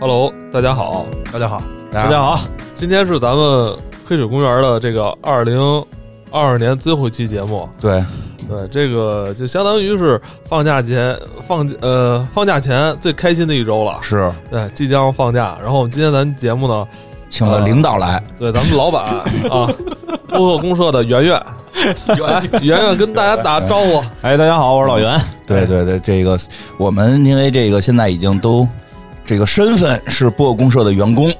Hello，大家好，大家好，大家好，今天是咱们黑水公园的这个二零二二年最后一期节目。对对，这个就相当于是放假前放呃放假前最开心的一周了。是对，即将放假。然后我们今天咱节目呢，请了领导来，对咱们老板啊， 播客公社的圆圆，来圆圆跟大家打招呼。哎，大家好，我是老袁。对对对，这个我们因为这个现在已经都这个身份是播客公社的员工，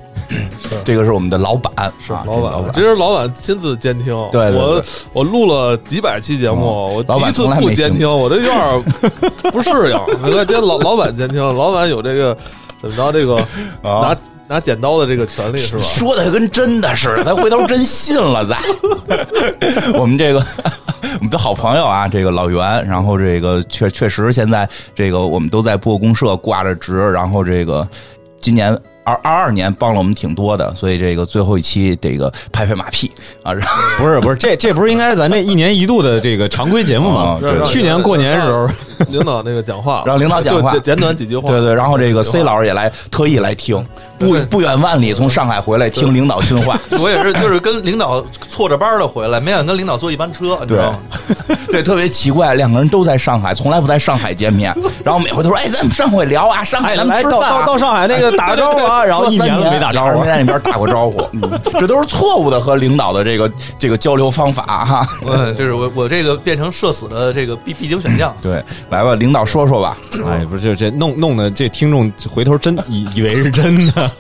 这个是我们的老板，是啊老这个老板，其实老板亲自监听。对对对我我录了几百期节目，嗯我老第一板次从来不没监听听，我这有点 儿不适应。没关系，老老板监听，老板有这个怎么着这个啊拿拿剪刀的这个权利是 吧？说的跟真的似的，他回头真信 了咱。我们这个我们的好朋友啊，这个老袁，然后这个确确实现在这个我们都在播公社挂着职，然后这个今年。二二二年帮了我们挺多的，所以这个最后一期这个拍拍马屁啊，然后不是不是，这这不是应该是咱这一年一度的这个常规节目吗哦？对对去年过年时候，领导那个讲话，让领导讲话就简简短几句话。对对，然后这个几句 C 话老师也来特意来听，不对不远万里从上海回来听领导训话，我也是，就是跟领导错着班的回来，没想跟领导坐一班车，你知对道吗？， 对，特别奇怪，两个人都在上海，从来不在上海见 面，然后每回都说，哎，咱们上回聊啊，上海咱们哎来吃到饭、到啊。到上海那个打个招呼 啊，然后说一三年年都没打招两人呼没。在那边打过招呼，嗯 这都是错误的和领导的这个这个交流方法哈。嗯，就是我我这个变成社死的呃这个必必经选项。对，来吧，领导说说吧，哎，不是，就这弄弄的，这听众回头 真以以为是真的。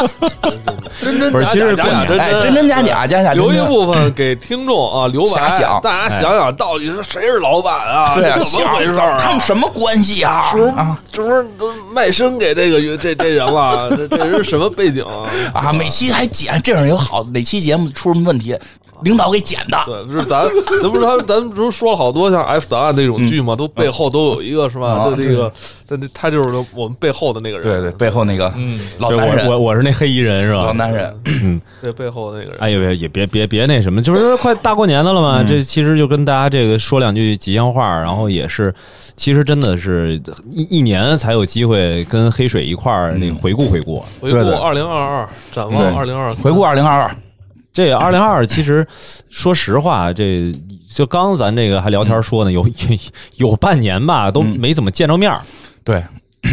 真真不是假其实假过假年真哎，真真假假，假假真留一真。部分给听众啊留白遐，想哎大家想想到底是谁是老板啊？对啊，这怎么回事想儿他啊们？什么关系啊？是啊这不是都卖身给这个这这人了？这这人是什么背景啊？啊，每期还剪，这样也好。哪期节目出什么问题，领导给剪的。对，不是咱，咱不是他，咱不是说了好多像 F 档案那种剧嘛，都背后都有一个是吧？嗯啊就这个，但这他就是我们背后的那个人，对对，背后那个老嗯对男我人，我我是那黑衣人是老吧？男人，对背后那个人。哎呦，也别别别那什么，就是快大过年的了嘛。这其实就跟大家这个说两句吉祥话，然后也是，其实真的是一一年才有机会跟黑水一块儿那个回顾回顾。回顾对对二零二二，展对望二零二回顾二零二二，这二零二，其实说实话，这就刚咱这个还聊天说呢，有有半年吧，都没怎么见着面儿。 对，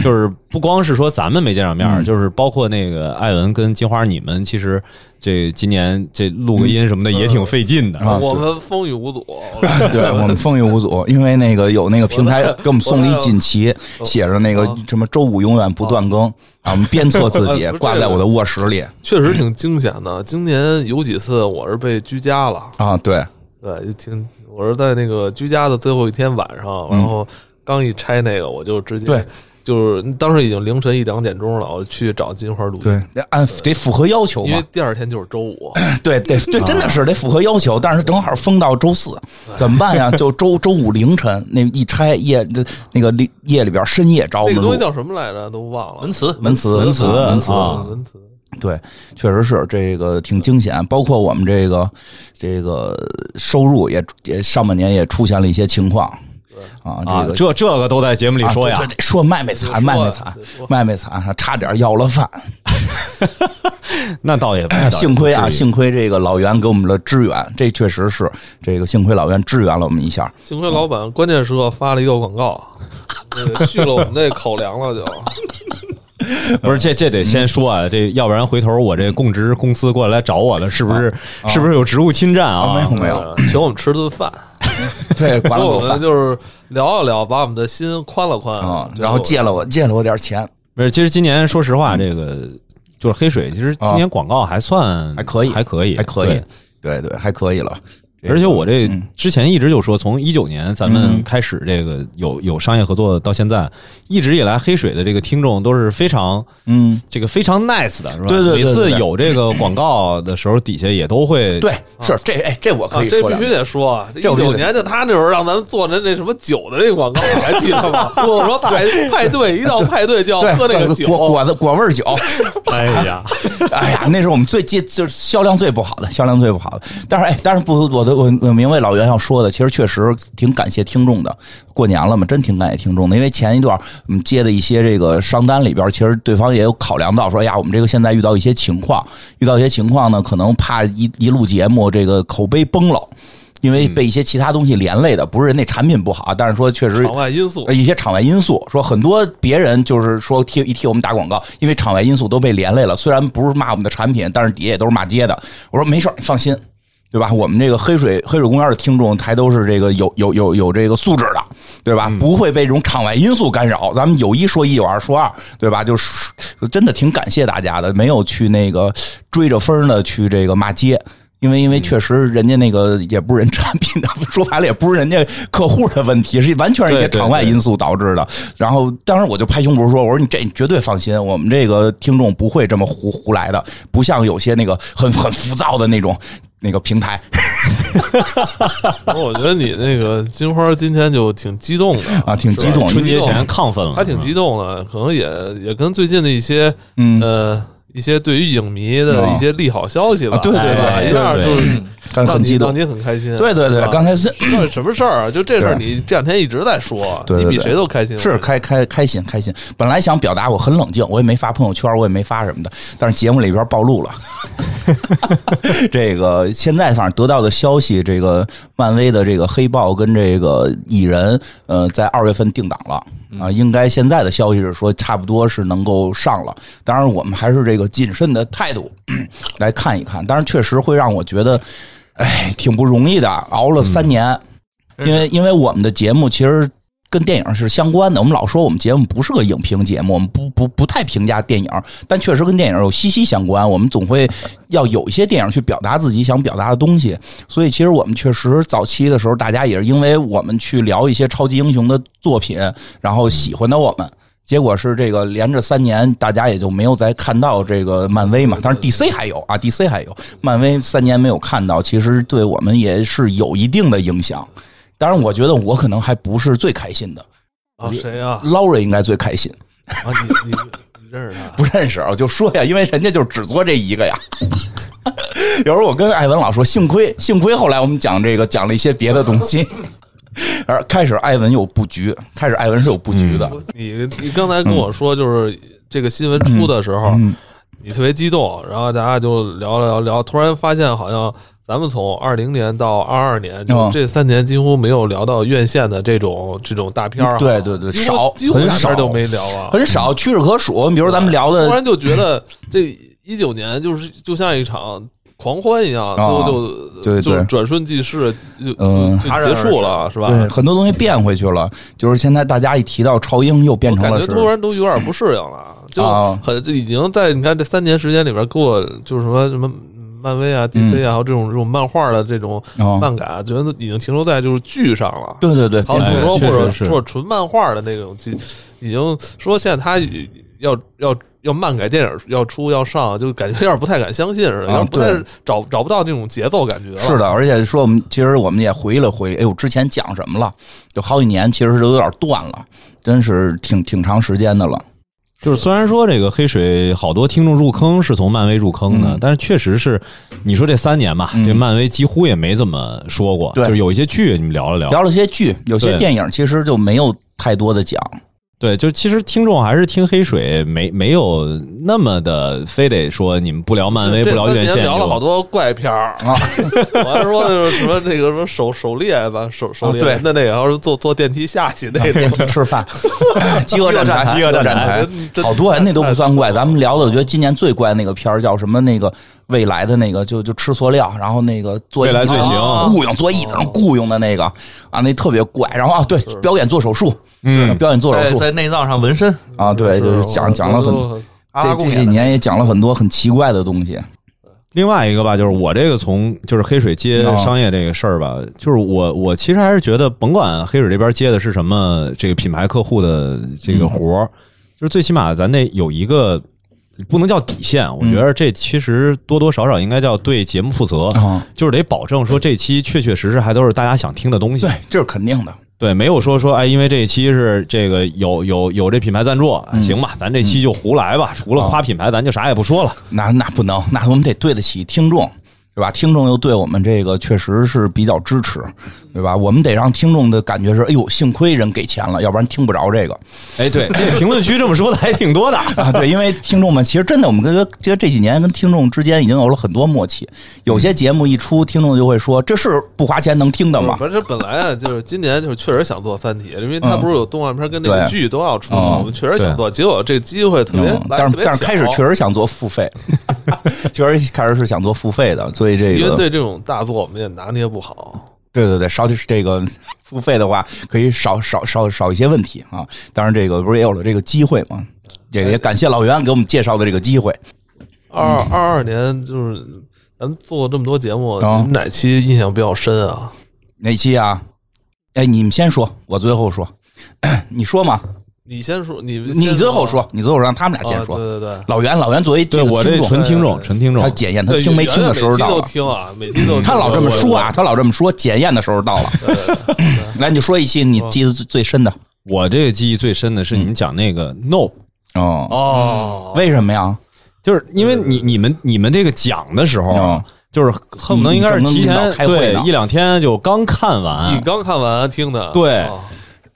就是不光是说咱们没见着面儿，就是包括那个艾文跟金花，你们其实这今年这录个音什么的也挺费劲的。啊我们风雨无阻。 对我们风雨无阻，因为那个有那个平台给我们送了一锦旗，哦写着那个什么“周五永远不断更”，啊，我们鞭策自己哦不是，挂在我的卧室里确实挺惊险的。今年有几次我是被居家了，啊，对，对，就挺我是在那个居家的最后一天晚上，然后刚一拆那个，我就直接嗯对就是当时已经凌晨一两点钟了，我去找金花录音，对，哦得按得符合要求因为啊嘛，第二天就是周五，对对对，真的是得符合要求，但是正好封到周四，怎么办 呀？就周周五凌晨那一拆夜，那个里夜里边深夜找我那们个录。东西叫什么来着？都忘了。文词，文词文词文文词啊啊文词。对，确实是这个挺惊险，包括我们这个这个收入也也上半年也出现了一些情况啊，啊这，个。这这个都在节目里啊说对呀对，对说卖卖惨，卖卖惨得说，卖卖惨，差点要了饭。那倒也不至于幸亏啊，幸亏这个老袁给我们了支援，这确实是这个幸亏老袁支援了我们一下。幸亏老板关键时刻发了一个广告，呃续了我们这口粮 了就。不是这这得先说啊，这要不然回头我这供职公司过来找我了，是不是是不是有职务侵占啊没啊有？没有，呃请我们吃顿饭，对，管了说口我们饭就是聊一聊，把我们的心宽了宽啊，就然后借了我借了我点钱，不是，其实今年说实嗯话，这个就是黑水，其实今年广告还算啊还可以，还可以，还可以嗯对。，对对，还可以了。而且我这之前一直就说，从一九年咱嗯们开始这个有有商业合作到现在，一直以来黑水的这个听众都是非常嗯，这个非常 nice 的，是吧？对对对对每次对有这个广告的时候，底下也都会对，是这哎，这我啊可以这说必两句须。得说啊！这这一我必须九得年就他那时候让咱们做的那什么酒的那广告，你还记得 吗？我说派派对，一到派对就要对，喝那个酒，果果子果味儿酒。哎呀，哎呀，那是我们最接就是销量最不好的，销量最不好的。但是哎，但是不，我的我我明白老袁要说的，其实确实挺感谢听众的。过年了嘛，真挺感谢听众的，因为前一段我们接的一些这个商单里边，其实对方也有考量到说，哎呀，我们这个现在遇到一些情况，遇到一些情况呢，可能怕一一录节目这个口碑崩了。因为被一些其他东西连累的，不是人那产品不好，但是说确实场外因素呃，一些场外因素，说很多别人就是说替一替我们打广告，因为场外因素都被连累了。虽然不是骂我们的产品，但是底下也都是骂街的。我说没事儿，你放心，对吧？我们这个黑水黑水公园的听众还都是这个有有有有这个素质的，对吧？嗯不会被这种场外因素干扰。咱们有一说一，有二说二，对吧？就是真的挺感谢大家的，没有去那个追着风的去这个骂街。因为因嗯为确实人家那个也不是人产品的， 说白了也不是人家客户的问题，是完全是一些对对场外对因素导致的。然后当时我就拍胸脯说：“我说你这你绝对放心，我们这个听众不会这么胡胡来的，不像有些那个很很浮躁的那种那个平台不是我觉得你那个金花今天就挺激动的啊，挺激是吧动。春节前激动亢奋了，他挺激动的，可能也也跟最近的一些嗯哦呃一些对于影迷的一些利好消息吧，啊对对是吧对一下对就是很让很你激动让你很开心。啊对对对，刚才是到底什么事儿啊？就这事儿，对你这两天一直在说，对对你比对谁都开心。啊是开开开心开心。本来想表达我很冷静，我也没发朋友圈，我也没发什么的，但是节目里边暴露了。 这个现在反正得到的消息，这个漫威的这个黑豹跟这个蚁人，呃，在二月份定档了。嗯啊，应该现在的消息是说，差不多是能够上了。当然，我们还是这个谨慎的态度 来看一看。当然，确实会让我觉得，哎，挺不容易的，熬了嗯三年。因为因为我们的节目其实跟电影是相关的，我们老说我们节目不是个影评节目，我们不不不太评价电影，但确实跟电影有息息相关。我们总会要有一些电影去表达自己想表达的东西，所以其实我们确实早期的时候，大家也是因为我们去聊一些超级英雄的作品，然后喜欢的我们。结果是这个连着三年，大家也就没有再看到这个漫威嘛。当然 DC 还有啊，DC 还有，漫威三年没有看到，其实对我们也是有一定的影响。当然，我觉得我可能还不是最开心的啊，谁啊？ ，Laura 应该最开心。 啊，你你你认识他？不认识，我就说呀，因为人家就只做这一个呀。 有时候我跟艾文老说，幸亏幸亏后来我们讲这个讲了一些别的东西， 而开始艾文有布局，开始艾文是有布局的，你你刚才跟我说，就是这个新闻出的时候，嗯你特别激动，然后大家就聊了聊聊，突然发现好像咱们从二零年到二二年，就嗯这三年几乎没有聊到院线的这种这种大片儿啊，对对对几乎少几乎很哪少片都没聊啊，很少屈指可数。比如咱们聊突的，然就觉得这一九年就是就像一场。狂欢一样，最后就哦对对就转瞬即逝，就就嗯就结束了，是吧？对很多东西变回去了，就是现在大家一提到超英又变我成感了觉是突然都有点不适应 了，就啊很就已经在你看这三年时间里边给我就是什么什么漫威啊、DC 嗯啊，还有这种这种漫画的这种哦漫改，觉得已经停留在就是剧上了。对哎对对，还有就变是说确或者实是说纯漫画的那种剧，已经说现在他要要要漫改电影要出要上，就感觉有点不太敢相信似的，有啊点不太对找找不到那种节奏感觉了。是的，而且说我们其实我们也回忆了回忆，哎呦，之前讲什么了？就好几年，其实都有点断了，真是挺挺长时间的了。就是虽然说这个黑水好多听众入坑是从漫威入坑的，但是确实是你说这三年吧，这漫威几乎也没怎么说过，对就是有一些剧你们聊了聊，聊了些剧，有些对电影其实就没有太多的讲。对，就是其实听众还是听黑水没没有那么的非得说你们不聊漫威不这聊三院年线，聊了就好多怪片儿啊， 我还说就是什么那个什么手手猎吧，手手啊猎人的那个，然后是坐坐电梯下去 那个。吃饭，饥饿站台，饥饿站台真好多人那都不算怪。咱们聊的，我觉得今年最怪那个片儿叫什么？那个未来的那个，就就吃塑料，然后那个坐未来罪行啊雇佣坐椅子上雇佣的那个啊，那特别怪。然后啊，对，表演做手术，嗯，表演做手在术在内脏上纹身，啊，对，就是是讲讲了很多。阿这这拉贡几演的年也讲了很多很奇怪的东西，另外一个吧，就是我这个从就是黑水接商业这个事儿吧，就是我我其实还是觉得，甭管黑水这边接的是什么这个品牌客户的这个活儿，就是最起码咱得有一个不能叫底线，我觉得这其实多多少少应该叫对节目负责，啊就是得保证说这期确确实实还都是大家想听的东西对。，这是肯定的。对，没有说说哎，因为这一期是这个有有有这品牌赞助，哎行吧，咱这期就胡来吧，除了夸品牌，咱就啥也不说了。那那不能，那我们得对得起听众。对吧？听众又对我们这个确实是比较支持，对吧？我们得让听众的感觉是，哎呦，幸亏人给钱了，要不然听不着这个 哎，对，这个评论区这么说的还挺多的。啊。对，因为听众们其实真的，我们跟觉得这几年跟听众之间已经有了很多默契。有些节目一出，听众就会说，这是不花钱能听的吗？反正本来啊，就是今年就是确实想做《三体》，因为它不是有动画片跟那个嗯对剧都要出嘛，嗯我们确实想做，结果这机会特别嗯，来但特是别但是开始巧确实想做 付费，确实开始是想做付费的，所以这因个为对这种大作我们也拿捏不好，对对对，少这个 付费的话，可以少少少少一些问题啊。当然，这个不是也有了这个机会吗？这个也感谢老袁给我们介绍的这个机会。二嗯二二年就是咱们做了这么多节目，啊你们哪期印象比较深啊？哪期啊？哎，你们先说，我最后说。 你说嘛？你先说，你你先最后说，你最后让他们俩先啊说。对对对。老袁，老袁作为对个我这听众纯听众，纯听众他。检验他对听没听的时候每期到都了。听啊，每期都听他老这么我说啊，他老这么说，检验的时候到了。 来，你说一期你记得最最深的我这个记忆最深的是你们讲那个 no，哦？哦，为什么呀？就是因为你你们你们这个讲的时候啊，就是恨不能应该是提你你正跟领前导开会对呢一两天就刚看你完，刚看完听的，嗯对哦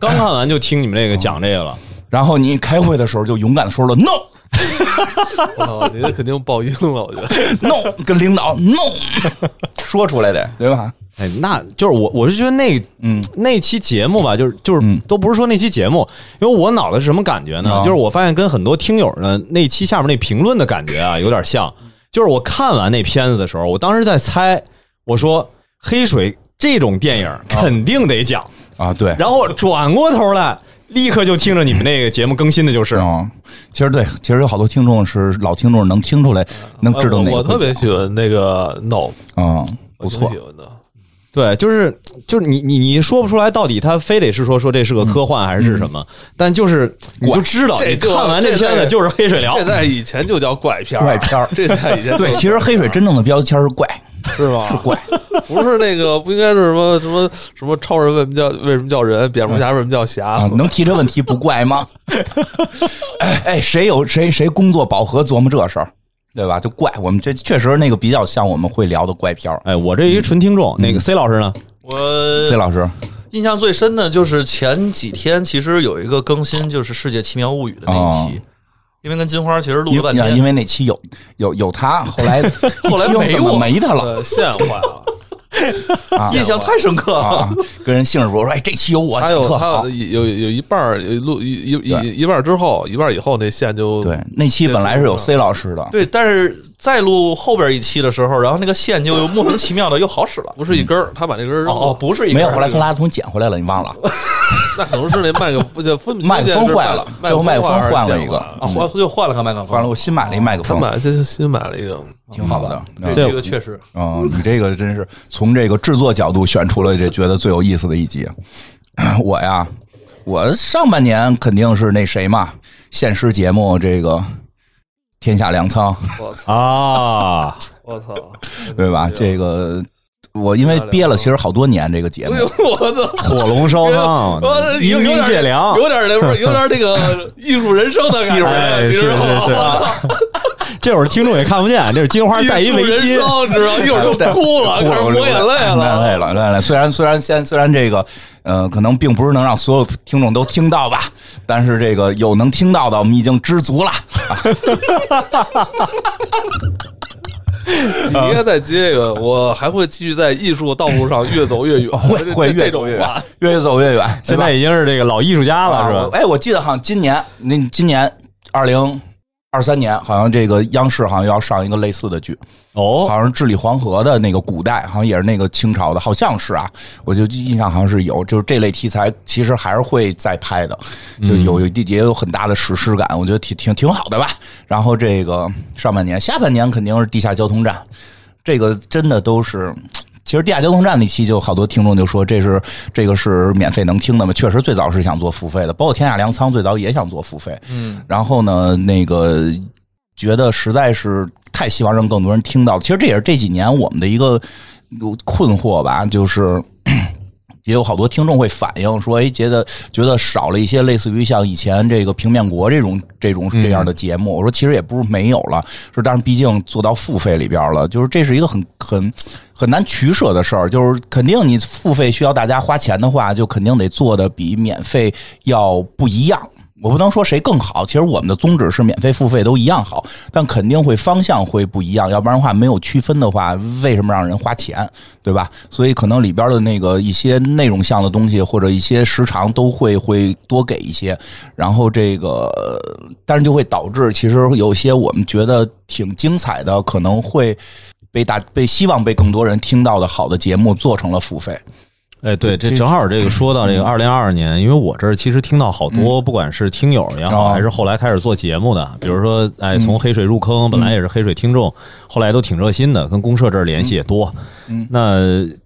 刚看完就听你们这个讲这个了。然后你开会的时候就勇敢的说了 “no”。我操，你这肯定爆音了，我觉得。 no，跟领导 no 说出来的，对吧？哎，那就是我，我是觉得那嗯那期节目吧，就是就是、都不是说那期节目，因为我脑袋是什么感觉呢？啊就是我发现跟很多听友呢那期下面那评论的感觉啊有点像，就是我看完那片子的时候，我当时在猜，我说黑水这种电影肯定得讲，啊，对，然后我转过头来。立刻就听着你们那个节目更新的就是，啊，其实对，其实有好多听众是老听众，能听出来，能知道哎哪我个我特会别讲喜欢那个 No，啊，我不挺错喜，欢的。对，就是就是你你你说不出来到底他非得是说说这是个科幻还是什么，但就是你就知道，嗯这你就看完这片子在就是黑水聊，这在以前就叫怪片儿，怪片儿这在以前就对，其实黑水真正的标签是怪，是吧？怪，不是那个，不应该是什么什么什么超人为什么叫为什么叫人，蝙蝠侠为什么叫侠？啊，能提这问题不怪 吗？哎哎，谁有谁谁工作饱和琢磨这事儿，对吧？就怪我们这确实那个比较像我们会聊的怪片儿。哎，我这一纯听众，那个嗯 C 老师呢？ C 我老师印象最深的就是前几天，其实有一个更新，就是《世界奇妙物语》的那一期，因为跟金花其实录哦因了半天，因为那期有有有他，后 来后来没我没他了，呃，现化了。印象太深刻了。啊， 跟人兴致勃勃说，哎，这期有我讲还有特还好有。有有有一半儿有录一一一一半儿之后，一半儿以后那线就对，那期本来是有 C 老师的，对，但是再录后边一期的时候，然后那个线就又莫名其妙的又好使了。嗯不是一根儿，他把那根儿扔了哦哦，不是一没根有，儿后来从垃圾桶捡回来了，你忘 了？那可能是那麦克不是分不清麦克现在风是坏了麦最克后麦克风还是换了线一个嗯化啊，换又换了个麦克风，完了，我新买了一麦克他风，买这是新买了一个，挺好的。这对这个确实。嗯，你这个真是从这个制作角度选出了这觉得最有意思的一集。我呀，我上半年肯定是那谁嘛，现实节目这个《天下粮仓》，我操啊，我操！对吧？这个我因为憋了其实好多年这个节 目哎，呦我操！ 火龙烧 汤我这，云有有林点解凉，有点那味儿，有点那个艺术人生的感觉，哎，你是是知道吗？是， 这会儿听众也看不见，这是金花戴艺一术围人巾，生，知道吗？一会儿就哭了，开始抹眼泪流了。眼泪了，流眼泪。虽然虽然现虽然这个呃，可能并不是能让所有听众都听到吧，但是这个有能听到的，我们已经知 足了。你应该再接一个，我还会继续在艺术道路上越走越远， 会这会这越种走越话远，越走越远。现在已经是这个老艺术家对吧了，是啊我吧？哎，我记得好像今年那今年二零二三年，好像这个央视好像要上一个类似的剧。哦，好像是治理黄河的那个古代，好像也是那个清朝的，好像是啊，我就印象好像是有，就是这类题材其实还是会再拍的，就有有也有很大的史诗感，我觉得挺挺挺好的吧。然后这个上半年，下半年肯定是地下交通站，这个真的都是。其实地下交通站那期就好多听众就说这是这个是免费能听的嘛，确实最早是想做付费的，包括天下粮仓最早也想做付费，嗯，然后呢那个觉得实在是太希望让更多人听到。其实这也是这几年我们的一个困惑吧，就是也有好多听众会反映说，哎，觉得觉得少了一些类似于像以前这个平面国这种这种这样的节目。我说其实也不是没有了，是但是毕竟做到付费里边了，就是这是一个很很很难取舍的事儿，就是肯定你付费需要大家花钱的话，就肯定得做的比免费要不一样。我不能说谁更好，其实我们的宗旨是免费付费都一样好，但肯定会方向会不一样，要不然的话没有区分的话，为什么让人花钱，对吧？所以可能里边的那个一些内容项的东西或者一些时长都会会多给一些，然后这个，但是就会导致其实有些我们觉得挺精彩的，可能会被大被希望被更多人听到的好的节目做成了付费，哎，对，这正好这个说到这个二零二二年，因为我这儿其实听到好多，不管是听友也好，哦还是后来开始做节目的，比如说，哎，从黑水入坑，本来也是黑水听众，后来都挺热心的，跟公社这儿联系也多。那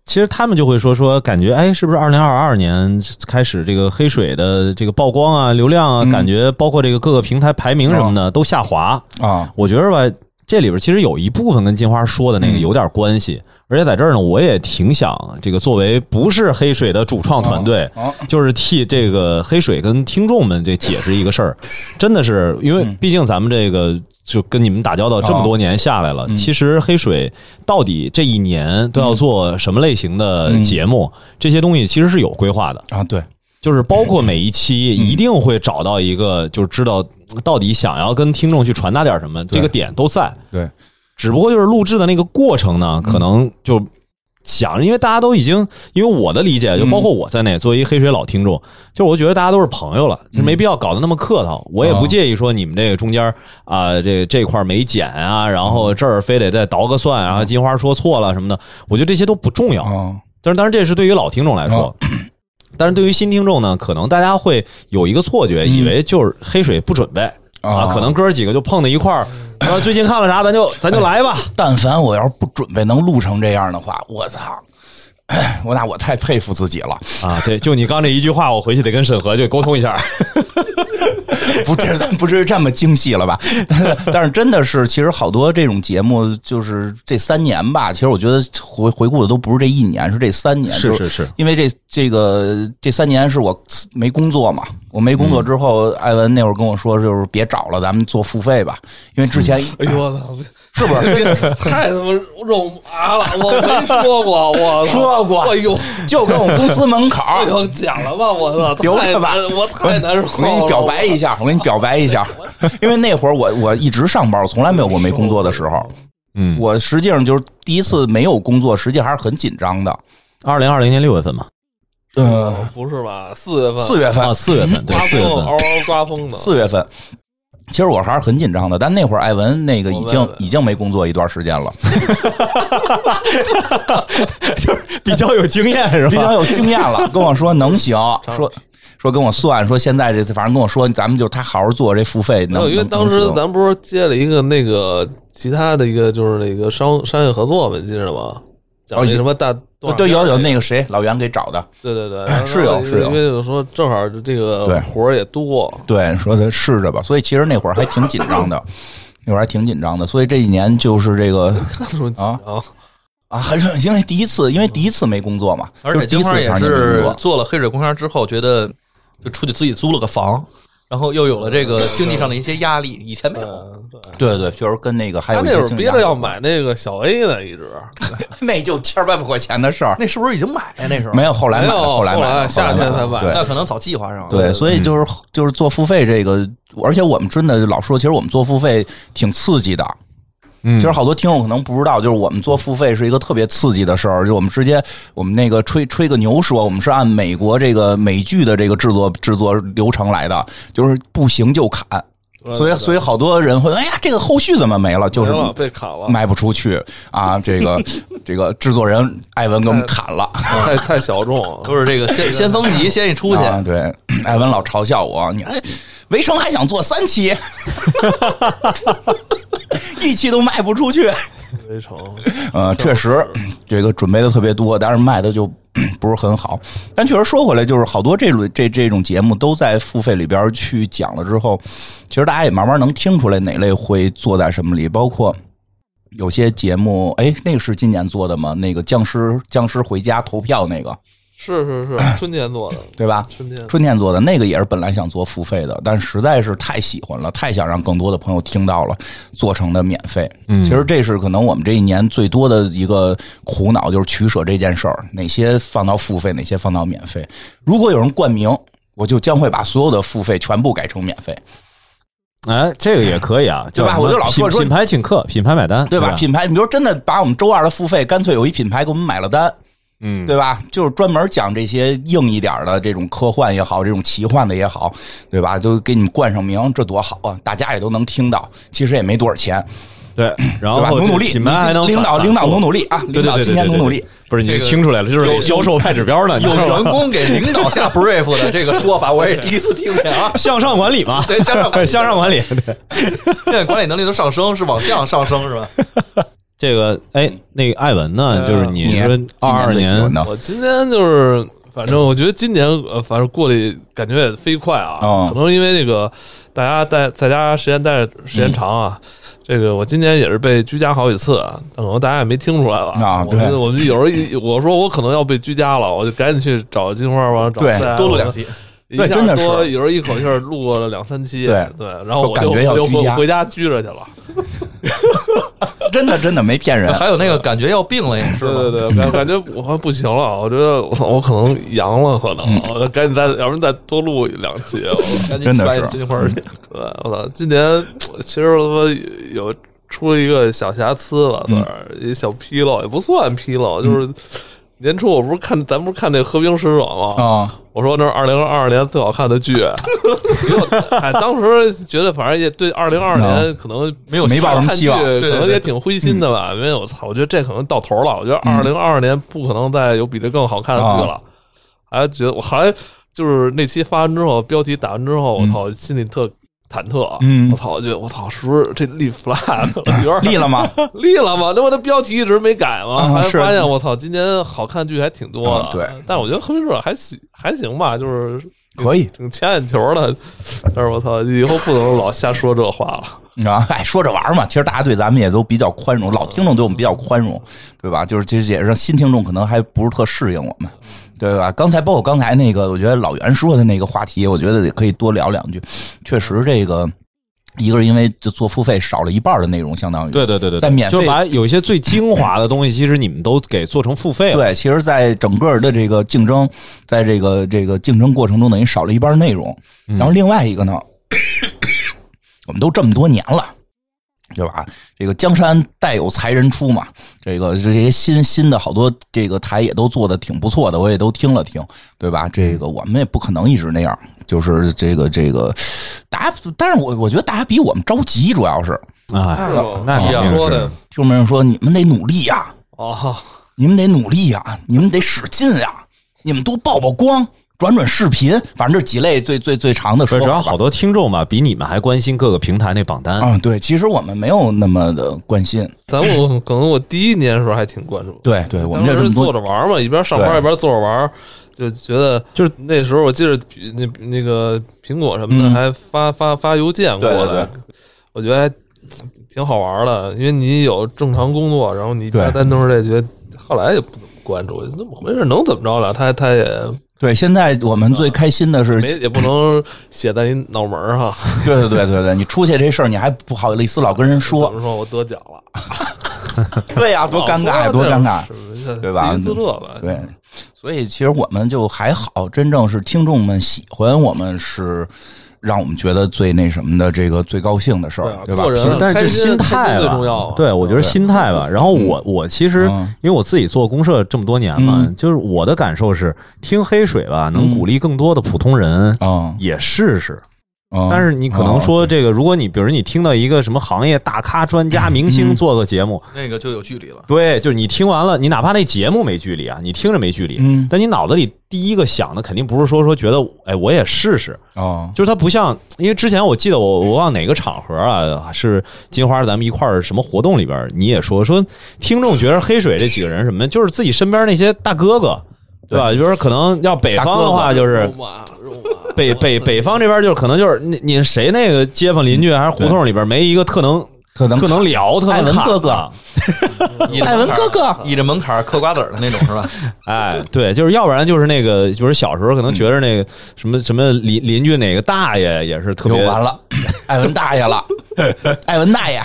其实他们就会说说，感觉哎，是不是二零二二年开始这个黑水的这个曝光啊、流量啊，感觉包括这个各个平台排名什么的都下滑。啊，我觉得吧，这里边其实有一部分跟金花说的那个有点关系，而且在这儿呢，我也挺想这个作为不是黑水的主创团队，哦 就是替这个黑水跟听众们这解释一个事儿，真的是因为毕竟咱们这个。就跟你们打交道这么多年下来了，其实黑水到底这一年都要做什么类型的节目，这些东西其实是有规划的。啊，对，就是包括每一期一定会找到一个，就是知道到底想要跟听众去传达点什么，这个点都在。对，只不过就是录制的那个过程呢，可能就想，因为大家都已经，因为我的理解，就包括我在内，作为一黑水老听众，就是我觉得大家都是朋友了，就没必要搞得那么客套。我也不介意说你们这个中间啊、这这块没剪啊，然后这儿非得再倒个蒜，然后金花说错了什么的，我觉得这些都不重要。啊，但是当然这是对于老听众来哦说。 但是对于新听众呢，可能大家会有一个错嗯觉，以为就是黑水不准备啊，啊可能哥儿几个就碰到一块 儿，然后最近看了啥，咱就咱就来吧。但凡我要是不准备能录成这样的话，我操！哎我那我太佩服自己了，啊，对，就你刚这一句话，我回去得跟审核就沟通一下。不至咱不至于这么精细了吧？ 但是真的是，其实好多这种节目，就是这三年吧，其实我觉得回回顾的都不是这一年，是这三年，是 就是是，因为这这个这三年是我没工作嘛，我没工作嗯之后，艾文那会儿跟我说，就是别找了，咱们做付费吧，因为之前哎呦我操！是不是？别 太他妈肉麻了，我没说过，我操说过哎呦，就跟我们公司门口哎呦，讲了吧，我操，留太着吧难，我太难受我给了，你表白一下，我给你表白一下，因为那会儿我我一直上班，我从来没有过没工作的时候。嗯，我实际上就是第一次没有工作，实际还是很紧张的。二零二零年六月份嘛，呃，不是吧？四月份，四月份啊，，四月份，对刮，四月风，嗷份，嗷刮风的，四月份，其实我还是很紧张的。但那会儿艾文那个已我经问问已经没工作一段时间了，就是比较有经验是比较？有经验了，跟我说能行，说说跟我算，说现在这次反正跟我说，咱们就他好好做这付费，没能有，因为能当时能行咱不是接了一个那个其他的一个就是那个商商业合作嘛，你记着吗？讲那什么大哦对有有那那个谁老袁给找的，对对 对，然后是有是有因为就说正好这对个活儿也多，对，说他试着吧。所以其实那会儿还挺紧张 的，那会儿还挺紧张的。所以这一年就是这个看出紧张，啊，还是因为第一次，因为第一次没工作嘛，而就是且第金一次花也长时间没工是作做了黑水公园之后，觉得就出去自己租了个房，然后又有了这个经济上的一些压力，以哎前没有。嗯对。对对，确实跟那个还他有一那些会儿竞憋价着要买那个小 A 呢，一直 那就千儿万把块钱的 事儿，那是不是已经买了？那时候没有后来买没的，有来后买来的，夏天才买买的。那对可能早计划上啊了。对，所以就是就是做付费这个，而且我们真的老说，其实我们做付费挺刺激的。嗯其实好多听众可能不知道，就是我们做付费是一个特别刺激的事儿。就我们直接，我们那个吹吹个牛说，我们是按美国这个美剧的这个制作制作流程来的，就是不行就砍。所以，所以好多人会，哎呀，这个后续怎么没了？就是没了被砍了，卖不出去啊！这个这个制作人艾文给我哎们砍了太太小众了， 都是这个 先先锋级，先一出去，啊！对， 艾文老嘲笑我，你哎围城还想做三 期， 一期都卖不出去。围城呃，确实，这个准备的特别多，但是卖的就 不是很好。但确实说回来，就是好多这类这这种节目都在付费里边去讲了之后，其实大家也慢慢能听出来哪类会做在什么里，包括。有些节目，哎，那个是今年做的吗？那个僵尸僵尸回家投票那个是是是，春天做的，对吧？春天春天做的那个也是本来想做付费的，但实在是太喜欢了，太想让更多的朋友听到了，做成的免费。其实这是可能我们这一年最多的一个苦恼，就是取舍这件事儿，哪些放到付费，哪些放到免费。如果有人冠名，我就将会把所有的付费全部改成免费，哎，这个也可以啊，对吧叫什么我就老品说说品牌请客，品牌买单，对吧？吧？品牌，你比如真的把我们周二的付费，干脆有一品牌给我们买了单，嗯，对吧？就是专门讲这些硬一点的这种科幻也好，这种奇幻的也好，对吧？都给你们冠上名，这多好啊！大家也都能听到，其实也没多少钱，对，然对吧？后努努力，品牌还能领导反领导努。反复努力啊！对领对导对，今天努努力，不是你这个听出来了，就是给销售派指标呢，你有知道吗。员工给领导下 brief 的这个说法，我也第一次听见 啊向上管理嘛，对向上管 理向上管理，对现在管理能力的上升是往向上升是吧？这个哎，那个艾文呢，嗯就是你说二二今最喜年欢的我今天就是，反正我觉得今年呃，反正过得感觉也飞快啊，哦可能因为那个大家待在家时间待时间长啊，嗯这个我今年也是被居家好几次，可能大家也没听出来吧？啊我对们我们有时候一我说我可能要被居家了，我就赶紧去找金花王，找对赛多录两。期，一下对真的多是有时候一口气儿录过了两三期，对对，然后就我感就觉要我就居回家回家居着去了，真的真的没 骗人。还有那个感觉要病了也是对对吗对，感感觉我还不行了，啊我觉得我我可能阳了，可能我赶紧再，要不然再多录两期。啊我赶紧真的抓是紧金花儿去。对，我操，今年其实我他妈有出了一个小瑕疵吧，算是一小纰漏，也不算纰漏，就是年初我不是看咱不是看那《和平使者》吗？啊，我说那是二零二二年最好看的 剧，因为我哎，当时觉得反正也对二零二年可能没有嗯没抱什么看希剧望对对可能对也挺灰心的吧，因为我操，我觉得这可能到头了，我觉得嗯二零二二年不可能再有比这更好看的剧啊了，还觉得我还就是那期发完之后，标题打完之后，我操，心里特。忐忑，嗯我操，我觉得我操，是不是这立 flag 了？ 有点立了 吗？立了吗？那我的标题一直没改嘛，啊后来是发现我操，今年好看剧还挺多啊的。呃对，但我觉得《和平使者》还行还行吧，就是可以挺掐眼球的。但是我操，以后不能老瞎说这话了。啊， 哎，说着玩儿嘛，其实大家对咱们也都比较宽容，老听众对我们比较宽容，对吧？就是其实也是让新听众可能还不是特适应我们，对吧？刚才包括刚才那个，我觉得老袁说的那个话题，我觉得也可以多聊两句。确实，这个一个是因为就做付费少了一半的内容，相当于对对对对，在免费就把有一些最精华的东西，其实你们都给做成付费了。对，其实，在整个的这个竞争，在这个这个竞争过程中，等于少了一半内容。然后另外一个呢，我们都这么多年了。对吧？这个江山代有才人出嘛，这个这些新新的好多这个台也都做的挺不错的，我也都听了听，对吧？这个我们也不可能一直那样，就是这个这个，大家，但是我我觉得大家比我们着急，主要是啊，那是肯吧定是说的听众们说你们得努力呀、哦，你们得努力呀、你们得使劲呀、你们多曝曝光，转转视频，反正这几类最最最长的不说是法主吧。要好多听众吧，比你们还关心各个平台那榜单。啊、对，其实我们没有那么的关心，咱 我可能我第一年的时候还挺关注，对对，我当们这这时么坐多着玩嘛，一边上班对一边坐着玩，就觉得就是那时候我记得那那个苹果什么的嗯还发发发邮件过对对来，我觉得还挺好玩的，因为你有正常工作，然后你对单单弄这觉得后来也不怎么关注，那么回事能怎么着了？他他也对，现在我们最开心的是，没也不能写在你脑门儿哈， 对对对对对，你出去这事儿你还不好意思老跟人怎 说，么说我得奖了，啊对呀、 多尴尬呀，多尴尬，尬对吧自娱自乐吧，对，所以其实我们就还好，真正是听众们喜欢我们是让我们觉得最那什么的，这个最高兴的事对儿啊，对吧做？人但是这开心心态开心最吧重要啊对我觉得心态吧。然后我我其实嗯因为我自己做公社这么多年嘛，就是我的感受是，听黑水吧，嗯能鼓励更多的普通人啊，也试试。嗯但是你可能说这个，如果你比如你听到一个什么行业大咖、专家、明嗯星做个节目，那个就有距离了。对，就是你听完了，你哪怕那节目没距离啊，你听着没距离，嗯但你脑子里第一个想的肯定不是说说觉得，哎，我也试试，哦，就是它不像，因为之前我记得我我忘哪个场合啊，是金花咱们一块儿什么活动里边儿，你也说说听众觉得黑水这几个人什么，就是自己身边那些大哥哥，对吧？就是可能要北方的话，就是肉麻肉麻北北北方这边就是可能就是你你谁那个街坊邻居还是胡同里边没一个特能特能特能聊，特艾能文侃哥哥，倚着艾文门槛哥儿哥倚着门槛儿嗑瓜子儿的那种是 吧？哎，对，就是要不然就是那个，就是小时候可能觉得那个什么什么邻邻居哪个大爷也是特又别完 了，艾文大爷 了，艾文大爷。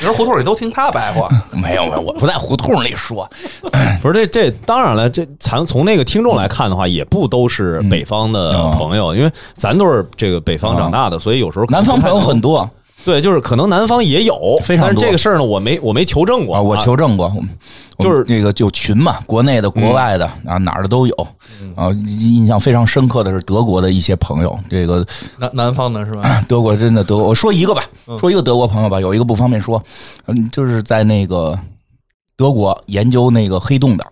你说胡同里都听他白话，没有没有，我不在胡同里 说，不是这这当然了，这咱从那个听众来看的话，也不都是北方的朋友，因为咱都是这个北方长大的，所以有时候可能嗯南方不太朋友能很多啊，对，就是可能南方也有，非常但是多这个事儿呢，我没我没求证过，我啊求证过，我们我们就是这个就群嘛，国内的、国外的啊，哪儿的都有啊。印象非常深刻的是德国的一些朋友，这个南南方的是吧？德国真的德国，我说一个吧，说一个德国朋友吧，有一个不方便说，嗯，就是在那个德国研究那个黑洞的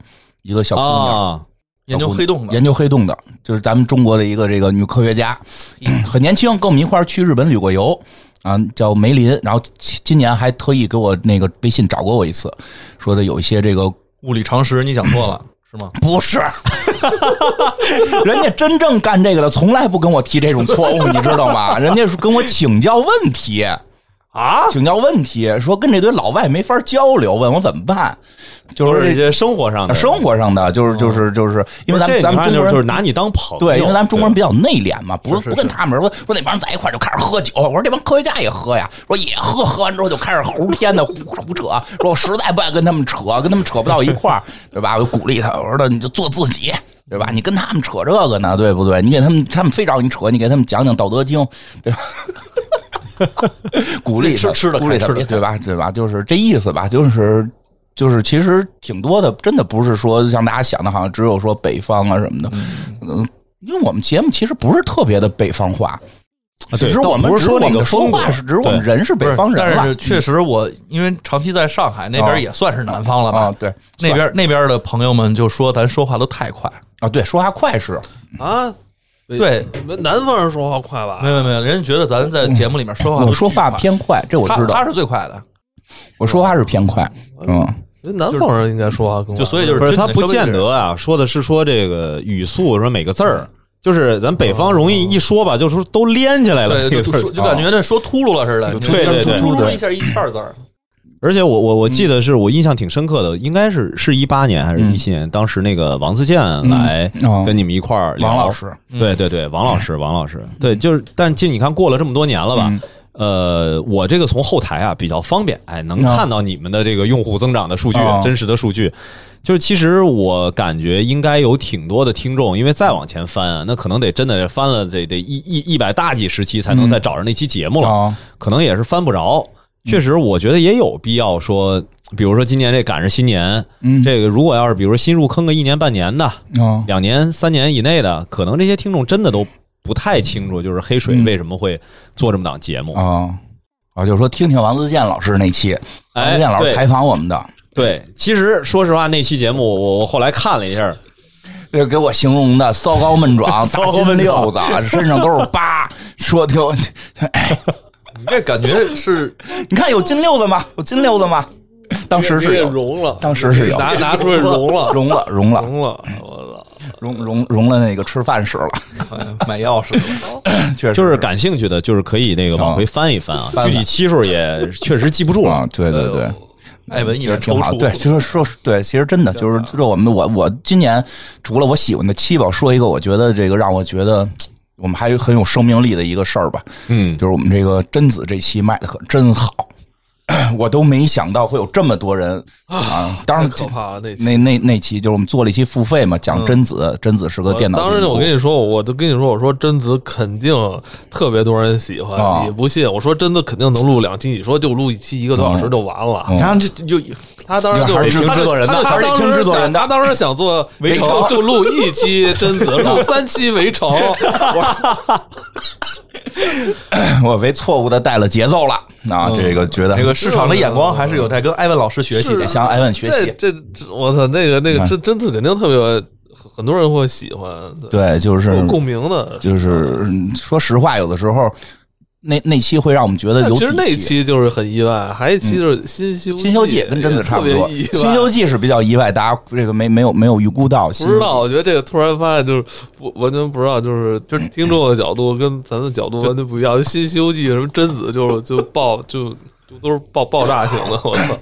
一个小姑娘，啊，研究黑洞的，研究黑洞的，就是咱们中国的一个这个女科学家，嗯 很年轻，跟我们一块儿去日本旅过游啊，叫梅林。然后今今年还特意给我那个微信找过我一次，说的有一些这个物理常识你讲错了是吗？不是， 人家真正干这个的从来不跟我提这种错误，你知道 吗？人家是跟我请教问题。 啊，请教问题，说跟这堆老外没法交流，问我怎么办，就都是是啊一些生活上的生活上的，就是就是就是，因为咱不们咱是这你们中看国就是人就是拿你当朋友，对，因为咱们中国人比较内敛嘛，不是是不跟他们说说那帮人在一块儿就开始喝酒。我说这帮科学家也喝呀，说也喝，喝完之后就开始胡天的胡胡扯。说我实在不爱跟他们扯，跟他们扯不到一块儿，对吧？我就鼓励他，我说的你就做自己，对吧？你跟他们扯这个呢，对不对？你给他们，他们非找你扯，你给他们讲讲《道德经》，对吧？鼓励他，吃吃得开鼓励他，吃得开对吧？对吧？就是这意思吧，就是。就是其实挺多的，真的不是说像大家想的，好像只有说北方啊什么的，嗯，因为我们节目其实不是特别的北方话，啊只对，是倒我们不只是是说我那们个的说风格话是，只是我们对人是北方人不是了，但是确实我因为长期在上海那边也算是南方了吧啊，，对，那边那边的朋友们就说咱说话都太快，啊，对，说话快是啊，对，你们南方人说话快吧？没有没有，人家觉得咱在节目里面说话我都说巨快话偏快，这我他知道他，是最快的，我说话是偏快，嗯，我觉得南方人应该说啊话更就所以就就是不是真他的不稍微有见点得啊，说的是说这个语速，说每个字儿，嗯就是咱北方容哦易一说吧，就是都连起来了，对，这就就个字说儿就感觉那说秃噜了似的，对对对秃噜一下一气儿字儿，而且我我我记得是我印象挺深刻的，应该是是一八年还是一七年，当时那个王自健来嗯哦跟你们一块儿聊王老师，对对对，王老师，王老师，对，就是，但其实你看过了这么多年了吧？呃，我这个从后台啊比较方便，哎，能啊看到你们的这个用户增长的数据，哦真实的数据。就是其实我感觉应该有挺多的听众，因为再往前翻啊，那可能得真的翻了得得一一一百大几十期才嗯能再找着那期节目了，啊可能也是翻不着。嗯确实，我觉得也有必要说，比如说今年这赶上新年，嗯这个如果要是比如说新入坑个一年半年的，啊，两年、三年以内的，可能这些听众真的都不太清楚，就是黑水为什么会做这么档节目。嗯啊啊，就是说听听王自健老师那期，王哎自健老师对采访我们的，对，其实说实话，那期节目我我后来看了一下，这给我形容的骚高闷壮，大高金闷溜子， 身上都是疤，说的我，哎你这感觉是你看有金溜子吗？有金溜子吗？当时是也有，融了，当时是有拿拿出去融了，融了，融了，融了，我操！融融融了那个吃饭时了， 买钥匙了。确实就是感兴趣的，就是可以那个往回翻一翻啊，翻翻具体期数也 确实记不住啊了，。对对对。艾文一觉得人挺抽好，搐，对，就是说，对，其实真的就是，就是我们，我我今年除了我喜欢的七吧，我说一个，我觉得这个让我觉得我们还有很有生命力的一个事儿吧，嗯，就是我们这个贞子这期卖的可真好， 我都没想到会有这么多人啊！当太然，可怕了那期。那那那期就是我们做了一期付费嘛，讲贞子，贞子是个我电脑病毒。当时我跟你说，我就跟你说，我说贞子肯定特别多人喜欢，啊你不信？我说贞子肯定能录两期，你说就录一期一个多小时就完了。嗯你看这又他当时就还是听制作人的，他还就是当时得听制作人想他的。当时想做围城啊就就录一期贞 子，录三期围城。我嗯我为错误的带了节奏了啊！这个觉得这个市场的眼光还是有待跟艾文老师学习嗯是的啊。向艾文学这习。这这，我操，那个那嗯个贞贞子肯定特别，很多人会喜欢，对，对，就是有共鸣的。就是嗯说实话，有的时候那那期会让我们觉得但有其实那底一气。期就是很意外，还有一期就是《新西《新游游记》跟贞子差不也多，特别意《外新游记》是比较意外，大家这个没没有没有预估到。不知道，我觉得这个突然发现就是不完全不知道，就是就是听众的角度跟咱们的角度完全不一样。就《新西游记》什么贞子就就爆就都都是爆爆炸型的，我操！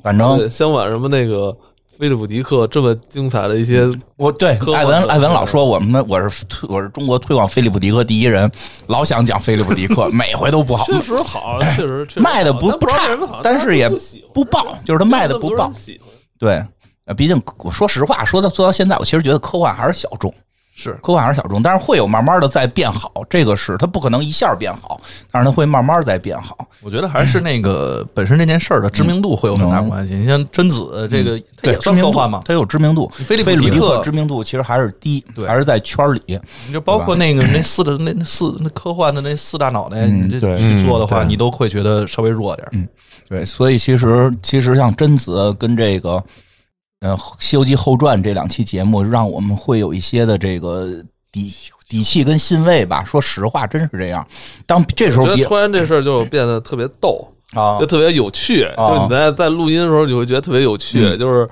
反正对，相反什么那个菲利普迪克这么精彩的一些，我对科幻艾文的艾文老说我们我是推我是中国推广菲利普迪克第一人，老想讲菲利普迪克，每回都不好，确实好，确实确实卖的不好不差但知道为什么好像，但是也大家都喜欢不爆，就是他卖的不那爆么多人。喜欢对，呃毕竟我说实话，说到说到现在，我其实觉得科幻还是小众，是科幻还是小众，但是会有慢慢的在变好，这个是它不可能一下变好，但是它会慢慢在变好。我觉得还是那个本身这件事儿的知名度会有很大关系。你像贞子这个，它对，也知算名科度幻嘛，它有知名度。菲利普菲迪利普克知名度其实还是低，对还是在圈儿里。你就包括那个那四的那那四那科幻的那四大脑袋，嗯你这对去做的话，嗯对你都会觉得稍微弱点儿。对，所以其实其实像贞子跟这个，呃，《西游记后传》这两期节目，让我们会有一些的这个底底气跟欣慰吧。说实话，真是这样。当这时我候觉别得突然这事儿就变得特别逗，啊就，特别有趣。啊嗯就是你在在录音的时候，你会觉得特别有趣，就是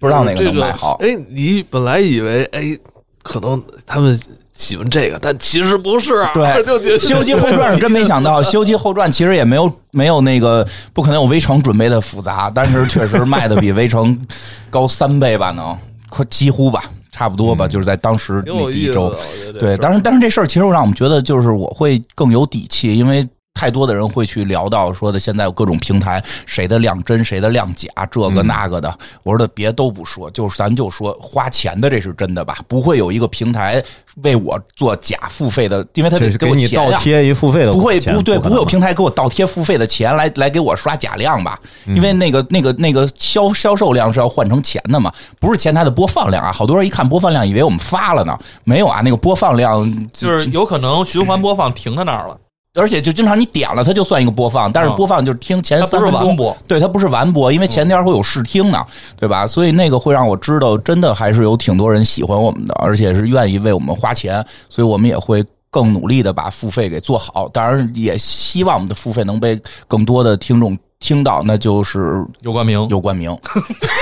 不知道哪个这能个卖好。哎，你本来以为哎，可能他们喜欢这个，但其实不是啊。对就觉得《西游记后传》是真没想到，《西游记后传》其实也没有没有那个不可能有《围城》准备的复杂，但是确实卖的比《围城》高三倍吧，能快几乎吧，差不多吧，就是在当时嗯挺那有第意一思的，周我。觉得这事对，儿但是但是这事儿其实让我们觉得，就是我会更有底气，因为太多的人会去聊到说的，现在有各种平台，谁的量真，谁的量假，这嗯个那个的。我说的别都不说，就是咱就说花钱的这是真的吧？不会有一个平台为我做假付费的，因为他得这是我你钱啊倒呀。贴一付费的不会钱不对，可不能会有吧平台给我倒贴付费的钱来来给我刷假量吧？嗯因为那个那个那个销销售量是要换成钱的嘛，不是前台的播放量啊。好多人一看播放量，以为我们发了呢，没有啊，那个播放量就是有可能循环播放停在那儿了，而且就经常你点了它就算一个播放，但是嗯播放就是听前它三不分是钟，完播。对，它不是完播，因为前天会有试听呢，对吧？所以那个会让我知道，真的还是有挺多人喜欢我们的，而且是愿意为我们花钱，所以我们也会。更努力的把付费给做好，当然也希望我们的付费能被更多的听众听到，那就是有冠名，有冠名。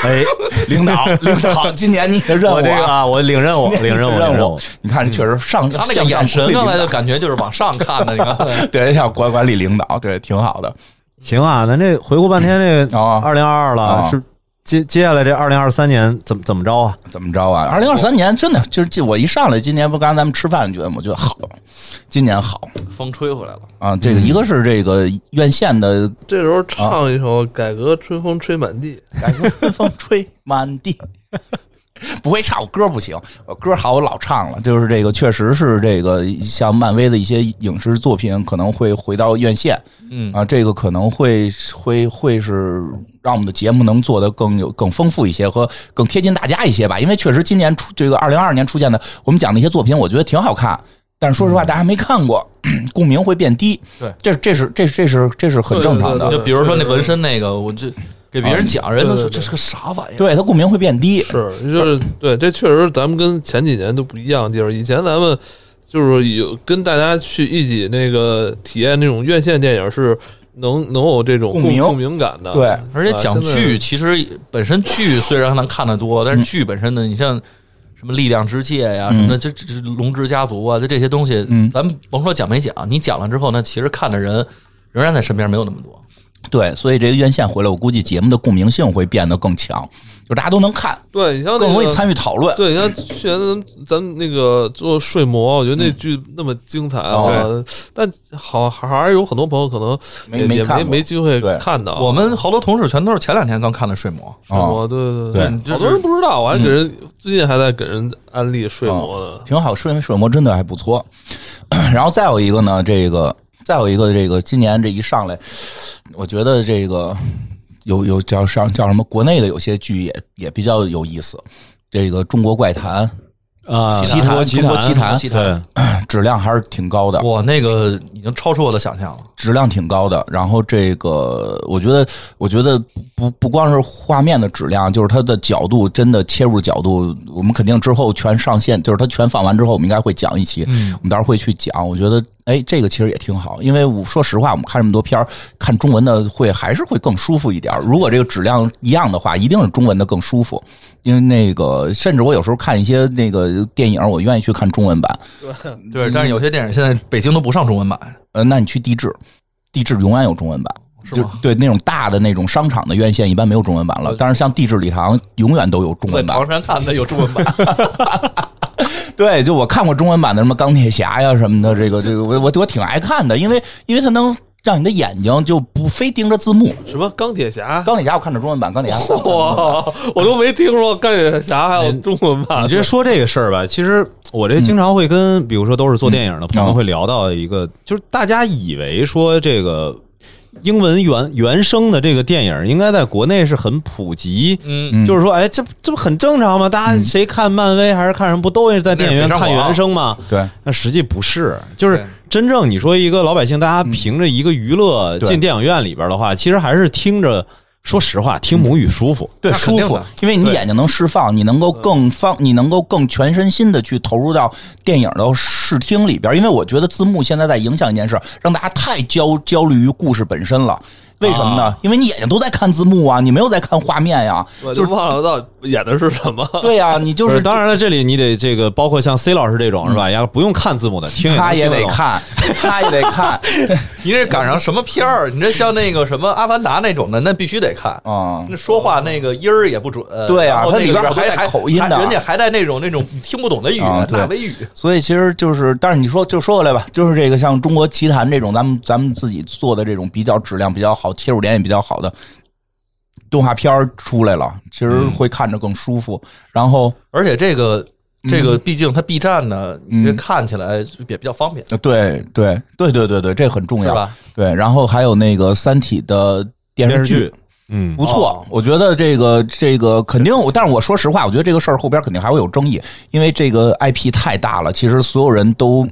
哎，领导，领导，今年你的任务、我这个啊，我领任务，领 任务，领任任务务。，你看这确实上他那个向上眼神管理刚才领就导感觉就是往上看的，你看 对，要管管理领导，对，挺好的。行啊，咱这回顾半天，这啊二零二二了啊，是接接下来这二零二三年怎么怎么着啊？怎么着啊？二零二三年真的就是这，我一上来今年不刚才咱们吃饭觉得吗？我觉得好，今年好风吹回来了。啊。这个一个是这个院线的这时候唱一首《改革春风吹满地》，感觉春风吹 满地。不会唱我歌不行，我歌好我老唱了。就是这个，确实是这个，像漫威的一些影视作品可能会回到院线，嗯啊，这个可能会会会是让我们的节目能做得更有更丰富一些和更贴近大家一些吧。因为确实今年出这个二零二二年出现的，我们讲的一些作品，我觉得挺好看。但是说嗯实话，大家没看过， 共鸣会变低。对，这这是这这是这是很正常的。对就比如说那纹身那个，我就给别人讲，人都说这是个啥玩意儿。对啊它共鸣会变低。 是就是对，这确实咱们跟前几年都不一样的地儿。以前咱们就是有跟大家去一起那个体验那种院线电影是能能有这种共共鸣共鸣感的，对啊而且讲剧，现在其实本身剧虽然咱看的多，但是剧本身的，你像什么力量之戒呀、什么的，这这这龙之家族啊，就这些东西，嗯咱们甭说讲没讲，你讲了之后呢，其实看的人仍然在身边没有那么多。对，所以这个院线回来，我估计节目的共鸣性会变得更强，就大家都能看，对你像那更容易个参与讨论。对，你看去年咱们咱们那个做睡魔，我觉得那剧那么精彩啊，哦但好还是有很多朋友可能没也没也看没过没机会对看到。啊我们好多同事全都是前两天刚看的《睡魔睡魔，对对对，就是好多人不知道，我还给人最近还在给人安利睡魔呢。挺好，睡眠水磨真的还不错。 然后再有一个呢，这个再有一个，这个今年这一上来，我觉得这个有有叫上叫什么，国内的有些剧也也比较有意思。这个《中国怪谈啊，奇谈奇中国奇谈奇谈，》质量还是挺高的，我那个已经超出我的想象了。质量挺高的。然后这个，我觉得，我觉得不不光是画面的质量，就是它的角度，真的切入角度，我们肯定之后全上线，就是它全放完之后，我们应该会讲一期。我们到时候会去讲。我觉得，哎，这个其实也挺好，因为我说实话，我们看这么多片儿，看中文的会还是会更舒服一点儿。如果这个质量一样的话，一定是中文的更舒服。因为那个，甚至我有时候看一些那个电影，我愿意去看中文版。对，但是有些电影现在北京都不上中文版，呃，那你去地质，地质永远有中文版。哦是就吗？对那种大的那种商场的院线，一般没有中文版了。但是像地质礼堂，永远都有中在文版唐。山看的有中文版，对，就我看过中文版的什么钢铁侠呀什么的，这个这个我我我挺爱看的，因为因为它能让你的眼睛就不非盯着字幕。什么钢铁侠？钢铁侠我看的中文版，钢铁侠三我看过哇，我都没听说钢铁侠还有中文版啊你。这说这个事儿吧，其实我这经常会跟，比如说都是做电嗯影的朋友会聊到一个，就是大家以为说这个英文原原声的这个电影应该在国内是很普及，嗯，就是说，哎，这不这不很正常吗？嗯大家谁看漫威还是看什么，不都是在电影院那北上看广原声吗？对，那实际不是，就是对真正你说一个老百姓，大家凭着一个娱乐嗯对进电影院里边的话，其实还是听着，说实话，听母语舒服。嗯对，那肯舒定服的，因为你眼睛能释放，你能够更放，你能够更全身心的去投入到电影的视听里边。因为我觉得字幕现在在影响一件事，让大家太焦焦虑于故事本身了。为什么呢？因为你眼睛都在看字幕啊，你没有在看画面呀、我就忘了到底演的是什么。对呀、你就不是嗯是，当然了，这里你得这个，包括像 C 老师这种是吧？呀，不用看字幕的，听他也能听得懂。看，他也得看， 你这赶上什么片儿？你这像那个什么《阿凡达》那种的，那必须得看。嗯，那说话那个音儿也不准，对啊然后它那里边好边多还带还口音的还人家还带那种那种听不懂的语啊言，对大维语。所以其实就是，但是你说就说回来吧，就是这个像中国奇谭这种，咱们咱们自己做的这种比较质量比较好、切入点也比较好的动画片儿出来了，其实会看着更舒服。然后而且这个这个，毕竟它 B 站呢，嗯你这看起来也比较方便，呃对对对对对对，这很重是要。吧？对，然后还有那个《三体》的电电视视剧剧。，嗯，不错哦，我觉得这个这个肯定，我但是我说实话，我觉得这个事儿后边肯定还会有争议，因为这个 IP 太大了，其实所有人都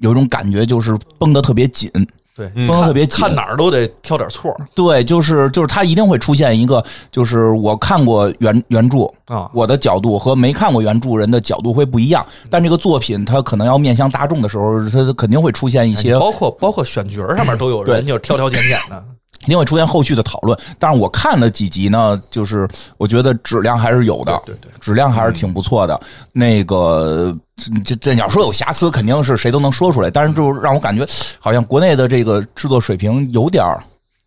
有一种感觉，就是绷得特别紧，对，嗯绷得特别紧看。哪儿都得挑点错儿对，就是就是，它一定会出现一个，就是我看过原原著，啊。我的角度和没看过原著人的角度会不一样，但这个作品它可能要面向大众的时候，它肯定会出现一些哎包括包括选角儿上面都有人对就是挑挑拣拣的，一定会出现后续的讨论。但是我看了几集呢，就是我觉得质量还是有的，对对对质量还是挺不错的。那个这这你要说有瑕疵，肯定是谁都能说出来，但是就让我感觉好像国内的这个制作水平有点儿。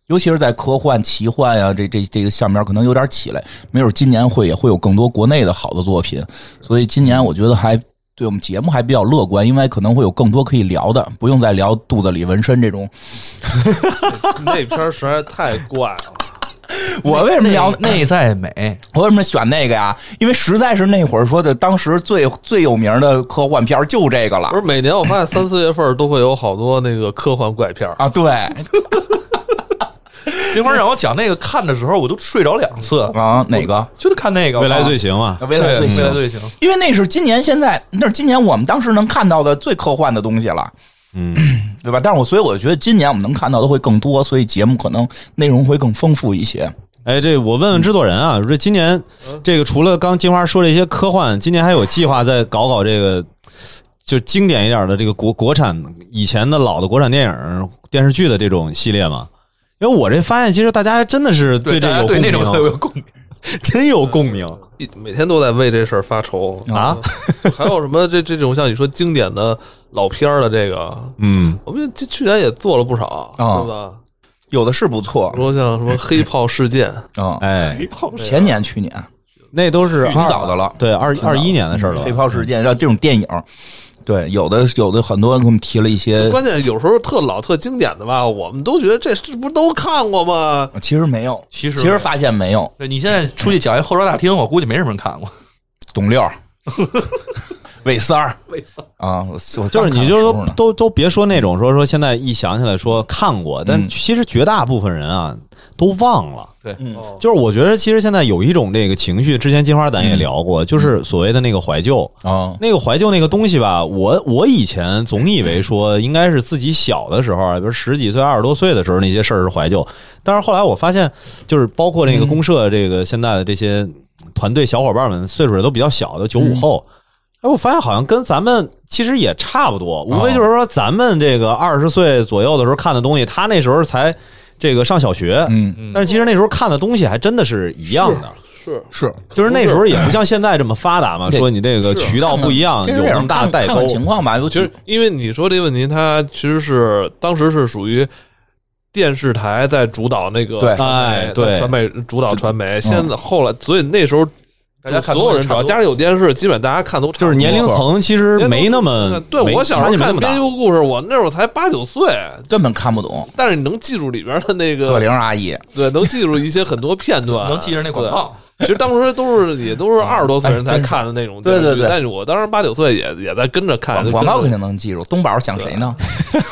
尤其是在科幻、奇幻呀、这这这个下面可能有点起来，没准今年会也会有更多国内的好的作品，所以今年我觉得还对我们节目还比较乐观，因为可能会有更多可以聊的，不用再聊肚子里纹身这种 那片儿实在太怪了。我为什么聊内内在美？我为什么选那个呀？因为实在是那会儿说的，当时最最有名的科幻片儿就这个了不是每年我发现三四月份都会有好多那个科幻怪片儿，啊！对金花让我讲那个看的时候，我都睡着两次， 啊，哪个？就是看那个未来罪行嘛，未来最未新来，罪行，因为那是今年现在，那是今年我们当时能看到的最科幻的东西了，嗯， 对吧？但是我所以我觉得今年我们能看到的会更多，所以节目可能内容会更丰富一些。哎，这我问问制作人啊，这今年嗯这个除了刚金花说这些科幻，今年还有计划再搞搞这个，就经典一点的这个国国产以前的老的国产电影电视剧的这种系列吗？因为我这发现，其实大家真的是这大家有共对那鸣，啊种特别 有共鸣。真有共鸣一每天都在为这事儿发愁嗯啊！ 还有什么这这种像你说经典的老片儿的这个，嗯，我们这去年也做了不少，啊对吧？有的是不错比如说像什么黑炮事件，啊，哎，前年、去年那都 是挺二早的了对，二二一年的事儿了吧黑。炮事件，让这种电影，对，有的有的很多人给我们提了一些，关键有时候特老特经典的吧，我们都觉得这这不是都看过吗？其实没有，其实其实发现没有，对你现在出去讲一后桌大厅，我估计没什么人看过。董六 儿、魏三儿为啥？啊，我我就是刚看你的就时说候呢都都别说那种说说现在一想起来说看过，但嗯其实绝大部分人啊都忘了。对，哦就是我觉得，其实现在有一种这个情绪，之前金花咱也聊过，就是所谓的那个怀旧。啊，那个怀旧那个东西吧，我我以前总以为说应该是自己小的时候啊，比如十几岁、二十多岁的时候那些事儿是怀旧，但是后来我发现，就是包括那个公社这个现在的这些团队小伙伴们，岁数也都比较小，都九五后。哎，我发现好像跟咱们其实也差不多，无非就是说咱们这个二十岁左右的时候看的东西，他那时候才这个上小学，嗯，但是其实那时候看的东西还真的是一样的，是是就是那时候也不像现在这么发达 嘛，对说你这个渠道不一样，这有那么大的代看沟看。情况吧，尤其其实因为你说这个问题，它其实是当时是属于电视台在主导那个对嗯传媒哎对在传媒主导传媒。现在后来，所以那时候大家所有人只要家里有电视，基本大家看都差不就多是年龄层其实没那嗯么对没我小时差候距没那看么编大。辑部故事，我那会儿才八九岁，根本看不懂。但是你能记住里边的那葛个，玲阿哎姨，对，能记住一些很多片啊段，啊 能记着那广告。对。其实当时都是也都是二十多岁人才看的那种电视剧，哎对对对但是我当时八九岁也也在跟着看广告定。肯定能记住。东宝想谁呢？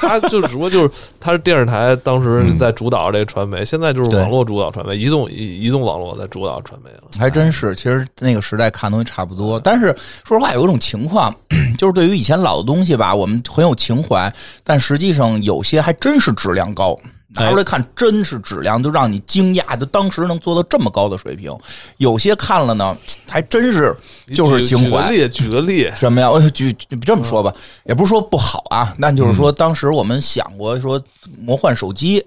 他就只不过就是他是电视台当时嗯在主导这个传媒，现在就是网络主导传媒，移动移移动网络在主导传媒了。还真是，其实那个时代看东西差不多。但是说实话，有一种情况， 就是对于以前老的东西吧，我们很有情怀，但实际上有些还真是质量高。拿出哎来看，真是质量，就让你惊讶，就当时能做到这么高的水平。有些看了呢，还真是就是举情举个怀。例，嗯举个例，什么呀？我就举这么说吧，也不是说不好啊，那嗯就是说当时我们想过说魔幻手机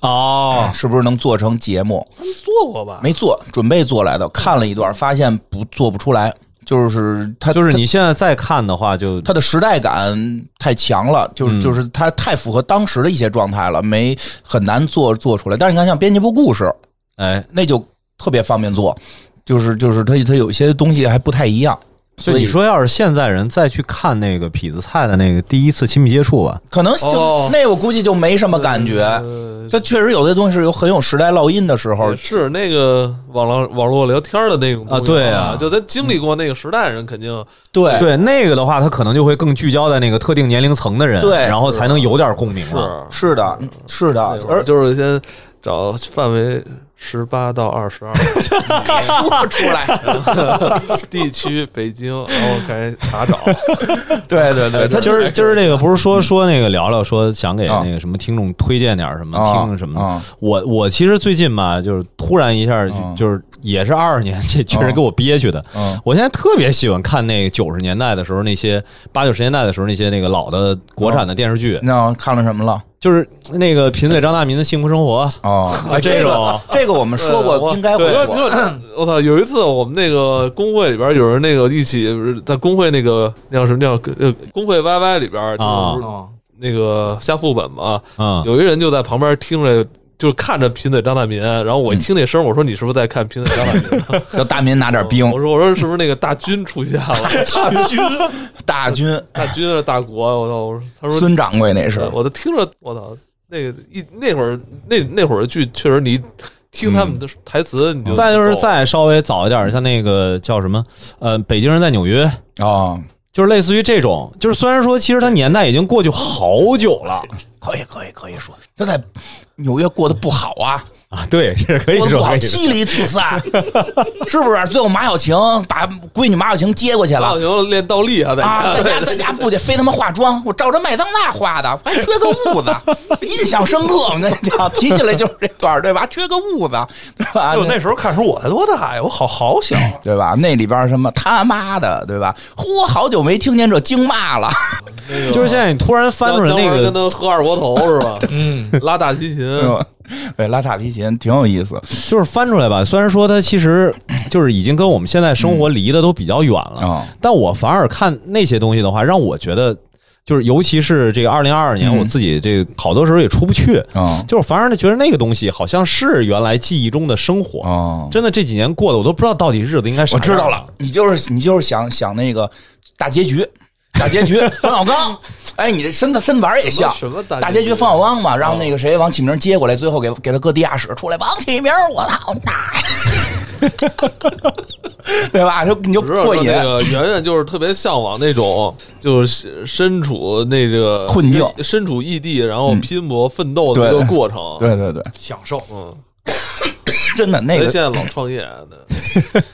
哦，是不是能做成节目？他们做过吧？没做，准备做来的，看了一段，发现不做不出来，就是它就是你现在再看的话，就它的时代感太强了，嗯就是就是它太符合当时的一些状态了，没很难做做出来。但是你看，像编辑部故事，哎，那就特别方便做，就是就是它它有一些东西还不太一样，所以你说要是现在人再去看那个痞子蔡的那个第一次亲密接触吧，可能就、哦那我估计就没什么感觉。呃它确实有些东西是有很有时代烙印的时候也，哦是那个网络网络聊天的那种东西啊对啊就咱经历过那个时代的人，肯定对对那个的话，他可能就会更聚焦在那个特定年龄层的人，对然后才能有点共鸣了。是是的，嗯是的，而而啊就是先找范围十八到二 十二说出 来。地区，北京，然后开始查找。对对对，他今就是嗯儿今儿那个不是说说那个聊聊说想给啊那个什么听众推荐点什么啊听什么啊的，我我其实最近吧，就是突然一下就啊就是也是二十年，这确实给我憋屈的嗯。我现在特别喜欢看那个九十年代的时候那些八九十年代的时候那些那个老的国产啊的电视剧，那看了什么了？就是那个贫嘴张大民的幸福生活，哦，哎，这 这个种这个我们说呃对我过，应该我会说过你。说我操！有一次我们那个工会里边有人那个一起不是在工会那个那叫什么叫呃工会 YY 里边啊就是哦，那个下副本嘛，嗯，有一人就在旁边听着。就是看着贫嘴张大民，然后我一听那声，我说你是不是在看贫嘴张大民？让大民拿点冰我，说我说是不是那个大军出现了？大军， 大军，大军是大国，我操！我说他说孙掌柜那是对，我都听着，我操，那个一那会儿那那会儿的剧，确实你听他们的台词，你就再就是够再稍微早一点，像那个叫什么，呃，北京人在纽约，哦，就是类似于这种，就是虽然说其实它年代已经过去好久了可以可以可以说，他在纽约过得不好啊，啊，对，是可以过得说不好，可以说妻离子 散，是不是？最后马小晴把闺女马小晴接过去大了。牛练倒立啊，在啊，在家家在家不得非他妈化妆，我照着麦当娜画的，还缺个痦子， 印象深刻。我跟你讲，提起来就是这段儿，对吧？缺个痦子，对吧？哎我那时候看时候我才多大呀？我好好小，啊 对吧？那里边什么他妈的，对吧？嚯，好久没听见这京骂了，那个就是现在你突然翻出来那姜文个跟，他喝二锅头是吧？嗯， 拉大提琴， 对，拉大提琴挺有意思，就是翻出来吧。虽然说它其实就是已经跟我们现在生活离得都比较远了，嗯但我反而看那些东西的话，让我觉得就是，尤其是这个二零二二年，嗯我自己这个好多时候也出不去，嗯就是反而觉得那个东西好像是原来记忆中的生活。哦，真的这几年过的，我都不知道到底日子应该啥我样。知道了，你就是你就是想想那个大结局，大结 局冯小刚，哎，你这身子身板也像什么大大结局结局啊冯小刚嘛，让那个谁王启明接过来，最后给给他搁地下室出来，王启明，我操，大， 对吧？就你就我知道过说瘾，那个圆圆就是特别向往那种，就是身处那个困境身处异地，然后拼搏奋斗的一个对过程。，对对对，享受。嗯，真的那所以个现在老创业的，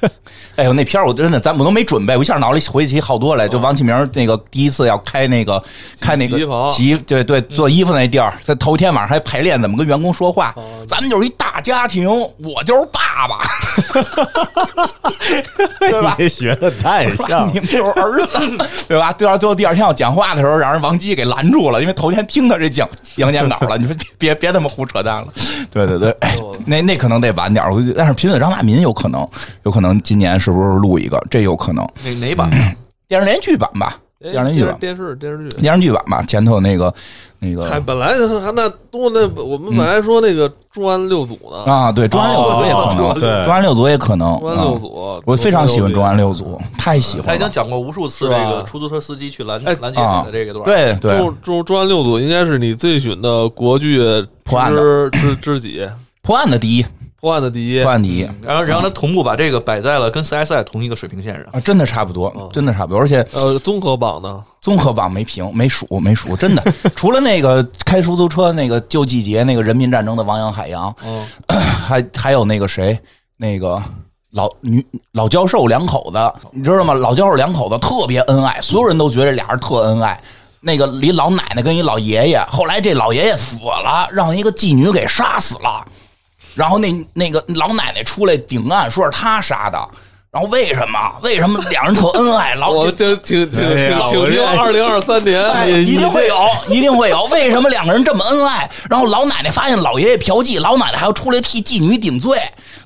哎呦，那片儿我真的，咱们都没准备，我一下脑里回起好多来。就王启明那个第一次要开那个开那个啊洗衣嗯房洗衣对对做衣服那地儿，他头天晚上还排练怎么跟员工说哦话。咱们就是一大家庭，我就是爸爸， 对吧？这学的太像了你。们就是儿子，对吧？对吧？最后第二天要讲话的时候，让人王姬给拦住了，因为头天听他这讲讲讲稿了。你说别别别他妈胡扯淡了，对对对，哎那那可能得晚点儿。我觉得但是贫嘴张大民有可能，有可能今年是不是录一个？这有可能。嗯哪哪版？电视连续剧版吧，哎第二年剧吧电视电视剧。电视剧版吧，前头那个那个还本来还那多那我们本来说那个重案六组呢，啊，对，中安六组也可哦能，对中安六组也可能，重案六啊组，我非常喜欢中重案安六组，太喜他欢已了啊经讲过无数次是这吧个出租车司机去拦哎拦截你的这个段儿，对对，中中中安六组应该是你最喜欢的国剧破案之之之几，破案的第一，破案的第一破，案第一然后然后他同步把这个摆在了跟 CSI 同一个水平线 上。啊，真的差不多，真的差不多，而且呃，综合榜呢，综合榜没评，没数，没数，真的，除了那个开出租车那个救季节那个人民战争的王洋海洋，嗯， 还还有那个谁，那个老女老教授两口子，你知道吗？老教授两口子特别恩爱，所有人都觉得这俩人特恩爱。那个一老奶奶跟一老爷爷，后来这老爷爷死了，让一个妓女给杀死了。然后那那个老奶奶出来顶案，说是他杀的。然后为什么？为什么两人特恩爱？老我就请请哎请呀请我听这二零二三年， 哎，一定会有，一定会有。为什么两个人这么恩爱？然后老奶奶发现老爷爷嫖妓，老奶奶还要出来替妓女顶罪，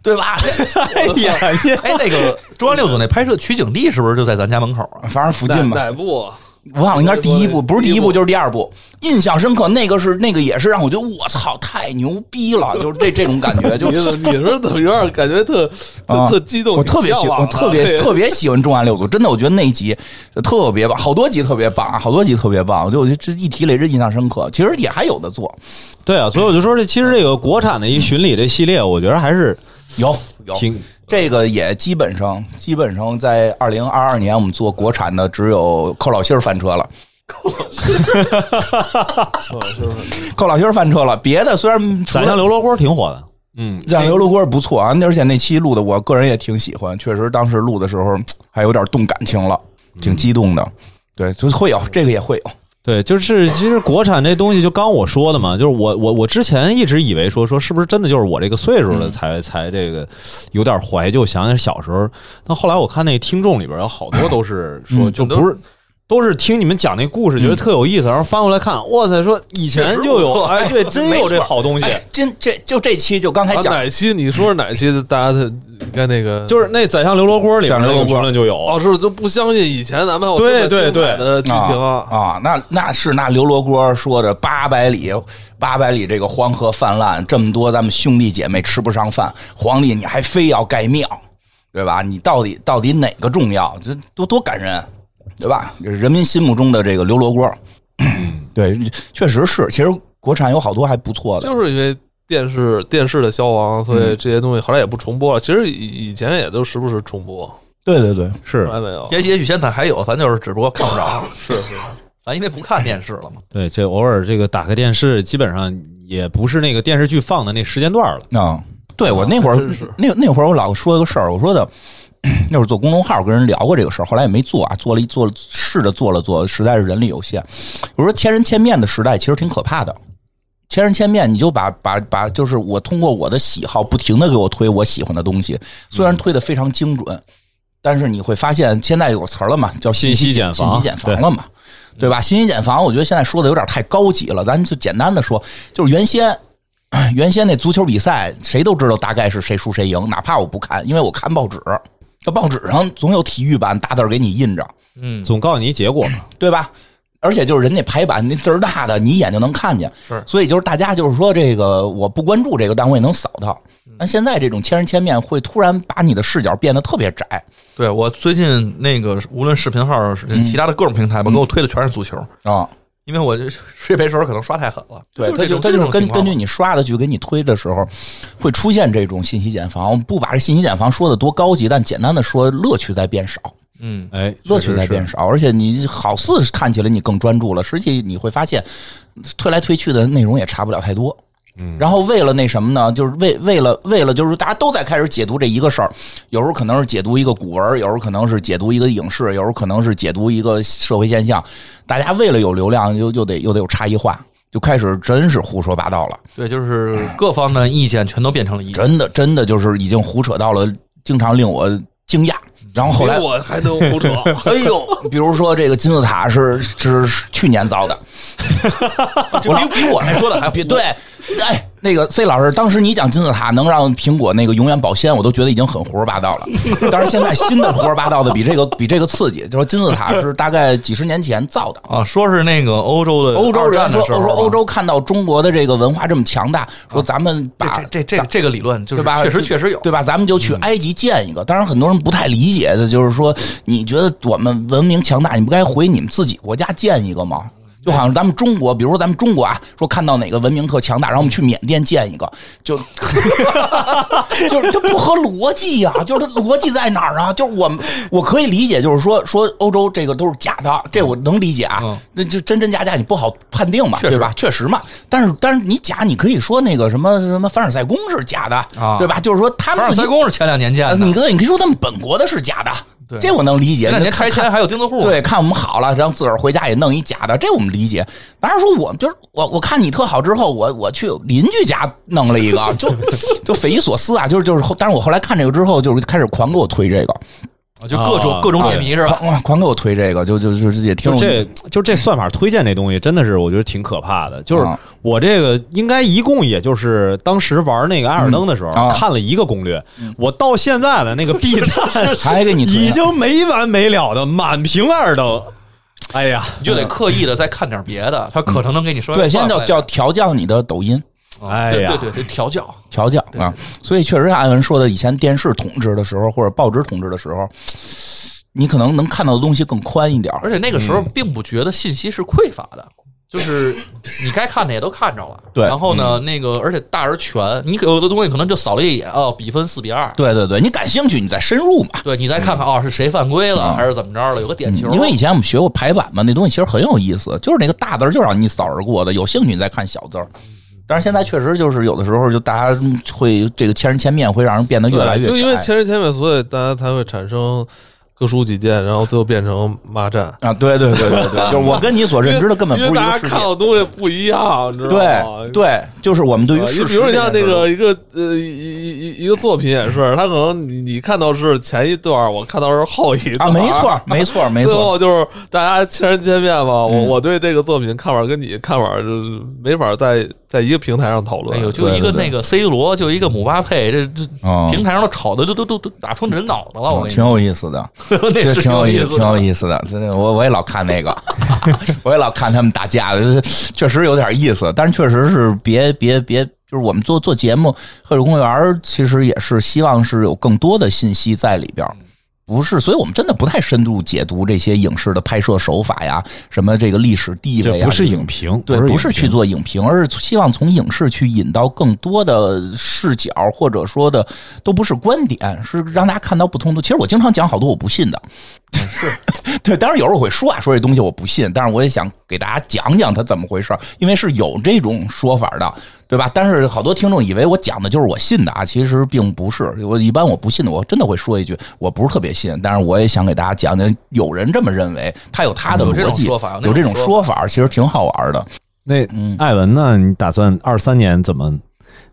对吧？ 哎呀，哎，那个中央六组那拍摄取景地是不是就在咱家门口啊？反正附哪近吧，哪部？我忘了，应该是第一部，不是第一第一部部就是第二部。印象深刻，那个是那个也是让我觉得我操太牛逼了，就是这这种感觉，就你怎么你是怎么有点感觉特特啊特激动？我特别挺喜向欢，往我的特别对特别喜欢《重案六组》，真的，我觉得那一集特别棒，好多集特别棒，啊，好多集特别棒，我觉得我就这一提来这印象深刻。其实也还有的做，对啊，所以我就说这其实这个国产的一巡礼这系列，我觉得还是有有挺这个也基本上基本上在二零二二年，我们做国产的只有寇老心儿翻车 了。寇老心儿翻车了，别的虽然除咱了家刘罗锅挺火的，嗯，酱油罗锅不错啊，而且那期录的我个人也挺喜欢，确实当时录的时候还有点动感情了，嗯挺激动的。对，就是会有这个也会有，对，就是其实国产这东西，就刚我说的嘛，就是我我我之前一直以为说说是不是真的就是我这个岁数了才、才这个有点怀旧，想想小时候。但后来我看那听众里边有好嗯多都嗯是说就不是。都是听你们讲那故事，觉得特有意思，然后翻过来看，哇塞，说以前就 有，哎，对，真有这好东西，哎真这就这期就刚才啊讲，哪期？你说是哪期？大家的应该那个就是那《宰相刘罗锅》里边宰相那刘罗个锅评论就有，哦，是就不相信以前咱们还有这么对对精彩对的剧情啊啊。啊，那那是那刘罗锅说的八百里，八百里这个黄河泛滥，这么多咱们兄弟姐妹吃不上饭，皇帝你还非要盖庙，对吧？你到底到底哪个重要？这多多感人，对吧？这是人民心目中的这个刘罗锅，嗯对，确实是。其实国产有好多还不错的，就是因为电视电视的消亡，所以这些东西后来也不重播了。其实以以前也都时不时重播，对对对，是后来没有。也也许现在还有，咱就是只不过看不着，是是，咱因为不看电视了嘛。对，这偶尔这个打开电视，基本上也不是那个电视剧放的那时间段了。啊、对我那会儿真是那那会儿我老说一个事儿，我说的那会儿做公众号跟人聊过这个事儿，后来也没做啊，做了一做了试着做了做，实在是人力有限。我说千人千面的时代其实挺可怕的，千人千面，你就把把把，就是我通过我的喜好不停的给我推我喜欢的东西，虽然推的非常精准，但是你会发现现在有个词儿了嘛，叫信信息息茧信房息茧房了嘛。对吧？信息茧房，我觉得现在说的有点太高级了，咱就简单的说，就是原先原先那足球比赛，谁都知道大概是谁输谁赢，哪怕我不看，因为我看报纸，这报纸上总有体育版大字儿给你印着，嗯，总告诉你一结果嘛，对吧？而且就是人家排版那字儿大的，你一眼就能看见，是所以就是大家就是说这个我不关注这个，但我也能扫到。嗯但现在这种千人千面，会突然把你的视角变得特别窄对我最近那个无论视频号、嗯是其他的各种平台吧，给我推的全是足球，啊。因为我这 睡陪时候可能刷太狠了。对，就是他这就种他就这是种根情况根嘛据你刷的去给你推的时候，会出现这种信息茧房。我们不把这信息茧房说的多高级，但简单的说，乐趣在变少。嗯，哎，乐趣在是是变少，而且你好似看起来你更专注了，实际你会发现推来推去的内容也差不了太多。嗯，然后为了那什么呢？就是为为了为了就是大家都在开始解读这一个事儿，有时候可能是解读一个古文，有时候可能是解读一个影视，有时候可能是解读一个社会现象。大家为了有流量，又又得又得有差异化，就开始真是胡说八道了。对，就是各方的意见全都变成了一致。真的真的就是已经胡扯到了，经常令我惊讶。然后后来比我还能胡扯，哎呦， 比如说这个金字塔 是是去年造的，我比比我还说的还对，哎，那个 C 老师，当时你讲金字塔能让苹果那个永远保鲜，我都觉得已经很胡说八道了。但是现在新的胡说八道的比这个比这个刺激，就说金字塔是大概几十年前造的。 啊，说是那个欧洲的欧洲二人战说的，时候说吧欧洲看到中国的这个文化这么强大，说咱们把这这这这个理论就是对吧？确实就确实有，嗯对吧？咱们就去埃及建一个。当然，很多人不太理解的就是说，你觉得我们文明强大，你不该回你们自己国家建一个吗？就好像咱们中国，比如说咱们中国啊，说看到哪个文明特强大，然后我们去缅甸建一个， 就就是它不合逻辑呀、就是它逻辑在哪儿啊？就是我们我可以理解，就是说说欧洲这个都是假的，这我能理解啊，那就真真假假你不好判定嘛，嗯确实对吧？确实嘛，但是但是你假，你可以说那个什么什么凡尔赛宫是假的，啊对吧？就是说他凡们尔自赛己，宫是前两年建呃的你，哥，你可以说他们本国的是假的，对这我能理解。前两年那看拆迁还有钉子户呢，对，看我们好了，然后自个儿回家也弄一假的，这我们理解。当然说我们就是我，我看你特好之后，我我去邻居家弄了一个， 就就匪夷所思啊！就是就是后，但是我后来看这个之后，就是开始狂给我推这个，啊就各种啊各种解谜是吧？狂狂狂给我推这个，就就就是也挺就有这就这算法推荐这东西，真的是我觉得挺可怕的。就是啊我这个应该一共也就是当时玩那个艾尔登的时候、嗯啊嗯看了一个攻略，我到现在的那个 B 站 还给你推啊已经没完没了的满屏艾尔登。哎呀，你就得刻意的再看点别的，它可能能给你说对，现在叫叫调教你的抖音。哎呀对对对，调教调教啊，所以确实像艾文说的，以前电视统治的时候或者报纸统治的时候，你可能能看到的东西更宽一点儿。而且那个时嗯候并不觉得信息是匮乏的，就是你该看的也都看着了。对然后嗯呢，那个而且大而全，你有的东西可能就扫了一眼，哦，比分四比二。对对对，你感兴趣你再深入嘛。对你再看看，哦，是谁犯规了，哎嗯还是怎么着了？有个点啊球，因为以前我们学过排版嘛，那东西其实很有意思，就是那个大字儿就让你扫而过的，有兴趣你再看小字儿。但是现在确实就是有的时候就大家会这个千人千面，会让人变得越来越对就因为窄千人千面，所以大家才会产生各抒己见，然后最后变成骂战。啊，对对对对 对，就是我跟你所认知的根本不因是一为大个家世看界。到的东西不一样，你知道吗？对。对，就是我们对于啊事你比实如这你件事儿，像那个一个呃一一一一个作品也是，它可能你你看到是前一段，我看到是后一段啊，没错，没错，嗯没最错，后就是大家千人千面嘛，我我对这个作品看法跟你看法就是没法在在一个平台上讨哎论。呦，就一对个对对那个 C 罗，就一个姆巴佩，这这哦平台上都吵的都都都都打出人脑子了，我跟你挺说，有意思的， 那这是挺有意思，挺有的。意思的。真的，我我也老看那个，我也老看他们打架，确实有点意思。但是确实是别别别，就是我们做做节目《黑水公园》，其实也是希望是有更多的信息在里边儿。不是，所以我们真的不太深度解读这些影视的拍摄手法呀，什么这个历史地位这啊，不是影评，对，不不是是影去评做影评，而是希望从影视去引到更多的视角，或者说的都不是观点，是让大家看到不同的。其实我经常讲好多我不信的，嗯是 对，当然有时候我会说啊，说这东西我不信，但是我也想给大家讲讲它怎么回事儿，因为是有这种说法的，对吧？但是好多听众以为我讲的就是我信的啊，其实并不是。我一般我不信的，我真的会说一句，我不是特别信，但是我也想给大家讲讲，有人这么认为，他有他的有这逻种辑，说法有那有这种种说法，其实挺好玩的。那嗯艾文呢？你打算二三年怎么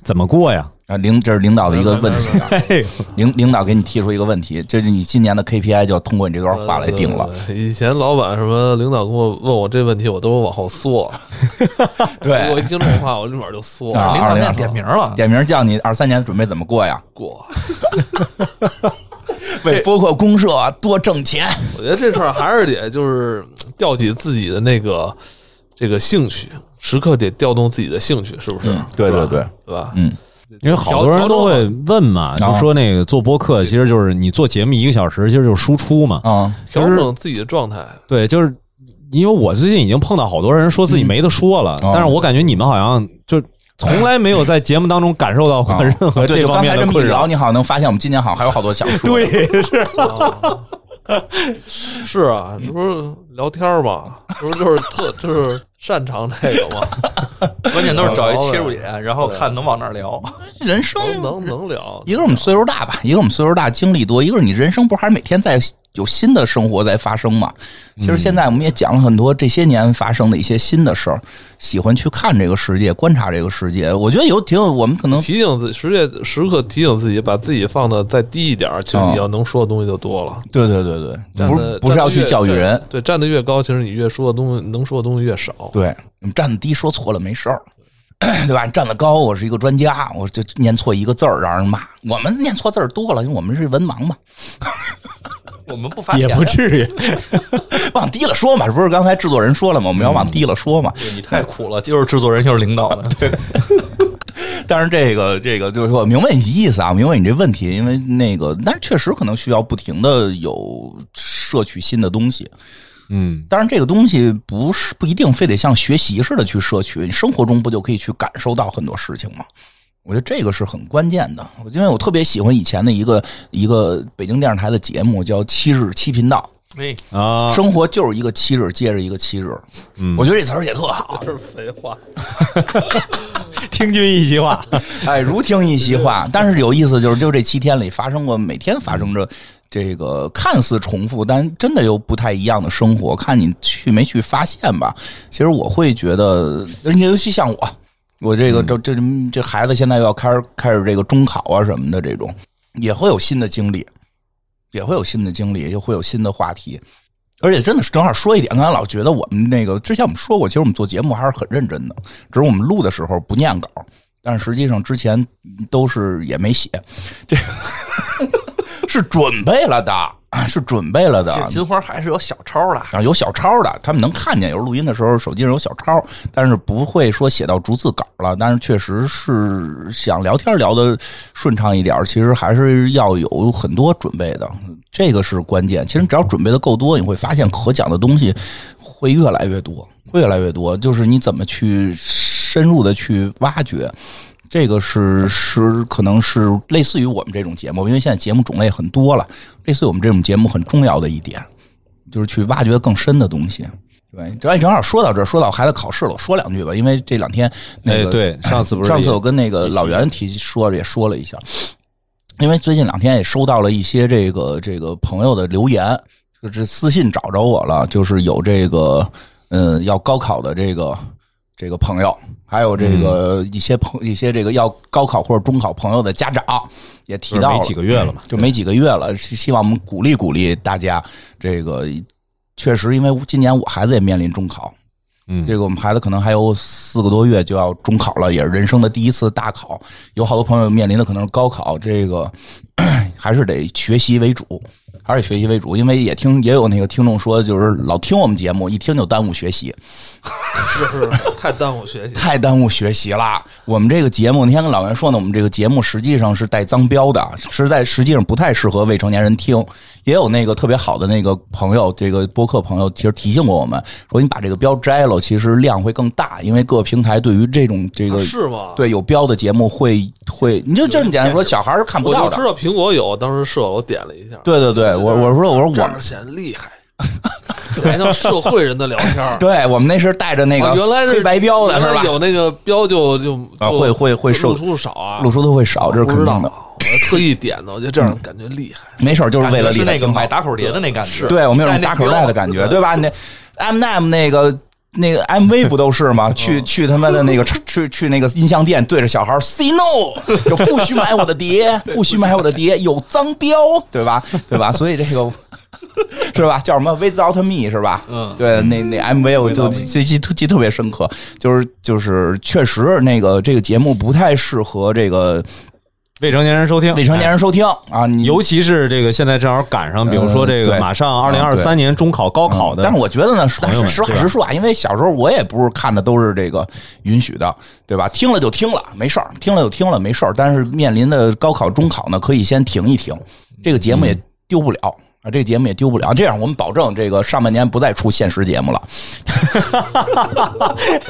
怎么过呀？啊，领这是领导的一个问题啊，嘿，领领导给你提出一个问题，这是你今年的 KPI 就要通过你这段话来定了。呃以前老板什么领导跟我问我这问题，我都往后缩。我一对，听这种话，我立马就缩哎啊了。领导现在点名了，点名叫你二三年准备怎么过呀？过， 为包括公社啊多挣钱。我觉得这事儿还是得就是吊起自己的那个这个兴趣，时刻得调动自己的兴趣，是不是？嗯对是吧对对，对吧？嗯，因为好多人都会问嘛，调就说那个做播客，其实就是你做节目一个小时，其实就是输出嘛。啊，调整自己的状态。对，就是因为我最近已经碰到好多人说自己没得说了，嗯但是我感觉你们好像就从来没有在节目当中感受到啊过 任何对，这就方刚面才的这么一困聊，扰。你好像能发现我们今年好像还有好多想说的。对，是啊，这不是聊天儿 嘛，这不就是特就是擅长这个嘛，关键都是哦找一切入点，然后看能往哪儿聊。人生能能能聊一。个是我们岁数大吧，一个是我们岁数大，经历多，一个是你人生不是还是每天在有新的生活在发生嘛？其实现在我们也讲了很多这些年发生的一些新的事儿，喜欢去看这个世界，观察这个世界。我觉得有挺有，我们可能提醒自己，时界时刻提醒自己，把自己放的再低一点儿，其实啊你要能说的东西就多了。对对对对，站不得是不是要去教育人，，站得越站对，站得越高，其实你越说的东西能说的东西越少。对，你们站的低说错了没事儿。对吧？你站得高，我是一个专家，我就念错一个字儿让人骂。我们念错字儿多了，因为我们是文盲嘛， 我们不发也钱，不至于。往低了说嘛，这不是刚才制作人说了吗？我们嗯要往低了说嘛。你太苦了，又是制作人又是领导 的，但是这个这个就是说，明白你意思啊，明白你这问题，因为那个，但是确实可能需要不停的有摄取新的东西。嗯，当然，这个东西不是不一定非得像学习似的去摄取，你生活中不就可以去感受到很多事情吗？我觉得这个是很关键的，因为我特别喜欢以前的一个一个北京电视台的节目，叫《七日七频道哎，啊》，，生活就是一个七日接着一个七日，嗯我觉得这词儿也特好，这是废话。 听君一席话，哎，如听一席话。但是有意思就是，就这七天里发生过，每天发生着这个看似重复，但真的又不太一样的生活。看你去没去发现吧。其实我会觉得，而且尤其像我，我这个这这这孩子现在又要开始开始这个中考啊什么的，这种也会有新的经历，也会有新的经历，又会有新的话题。而且真的是正好说一点，刚才老觉得我们那个之前我们说过，其实我们做节目还是很认真的，只是我们录的时候不念稿，但是实际上之前都是也没写，这个 是准备了的，啊是准备了的。金金花还是有小抄的，啊，有小抄的，他们能看见，有时候录音的时候手机上有小抄，但是不会说写到逐字稿了。但是确实是想聊天聊得顺畅一点儿，其实还是要有很多准备的，这个是关键。其实只要准备的够多，你会发现可讲的东西会越来越多，会越来越多。就是你怎么去深入的去挖掘。这个是是可能是类似于我们这种节目，因为现在节目种类很多了，类似于我们这种节目很重要的一点，就是去挖掘更深的东西。对，主要你正好说到这儿，说到孩子考试了，我说两句吧，因为这两天那哎个、，对，上次不是上次也我跟那个老袁提说也说了一下，因为最近两天也收到了一些这个这个朋友的留言，就是私信找着我了，就是有这个嗯要高考的这个这个朋友，还有这嗯个一些朋、一些这个要高考或者中考朋友的家长也提到了，嗯没几个月了嘛，就没几个月了，希希望我们鼓励鼓励大家。这个确实，因为今年我孩子也面临中考，嗯这个我们孩子可能还有四个多月就要中考了，也是人生的第一次大考。有好多朋友面临的可能是高考，这个 还是得学习为主，还是得学习为主。因为也听也有那个听众说，就是老听我们节目，一听就耽误学习。是是，太耽误学习。太耽误学习了。我们这个节目，那天跟老袁说呢，我们这个节目实际上是带脏标的，啊实在实际上不太适合未成年人听。也有那个特别好的那个朋友，这个播客朋友，其实提醒过我们说，你把这个标摘了，其实量会更大，因为各平台对于这种这个啊是吗？，对有标的节目会会，你就这么简单说，小孩是看不我到就的知。道苹果有，当时射了，我点了一下。对对对，我我说我说我这们样显厉害，还能社会人的聊天儿。 对我们那是带着那啊个原来是黑白标的原是来吧？有那个标就就啊就会会会就露受出少啊，露出都会少，这是不肯知道定的。我特意点的，我觉得这样感觉厉害。没事儿，就是为了感厉觉是害那个挺好买打口碟的那感觉，对我们有种带那打口袋的感觉，对吧？你那 M M 那个那 个 MV 不都是吗？去去他妈的那个去去那个音像店，对着小孩儿 say no，就不许买我的碟，不许买我的碟，有脏 标，对吧？对吧？所以这个是吧？叫什么 Without Me 是吧？嗯，对，那那 MV 我就记记记特别深刻，就是就是确实那个这个节目不太适合这个未成年人收听，哎未成年人收听啊，你尤其是这个现在正好赶上，比如说这呃个对马上二零二三年中考、高考嗯的，但是我觉得呢，朋友是们实话对吧实说啊，因为小时候我也不是看的都是这个允许的，对吧？听了就听了，没事儿；听了就听了，没事儿。但是面临的高考、中考呢，可以先停一停，这个节嗯目也丢不了。啊，这个节目也丢不了。这样，我们保证这个上半年不再出限时节目了。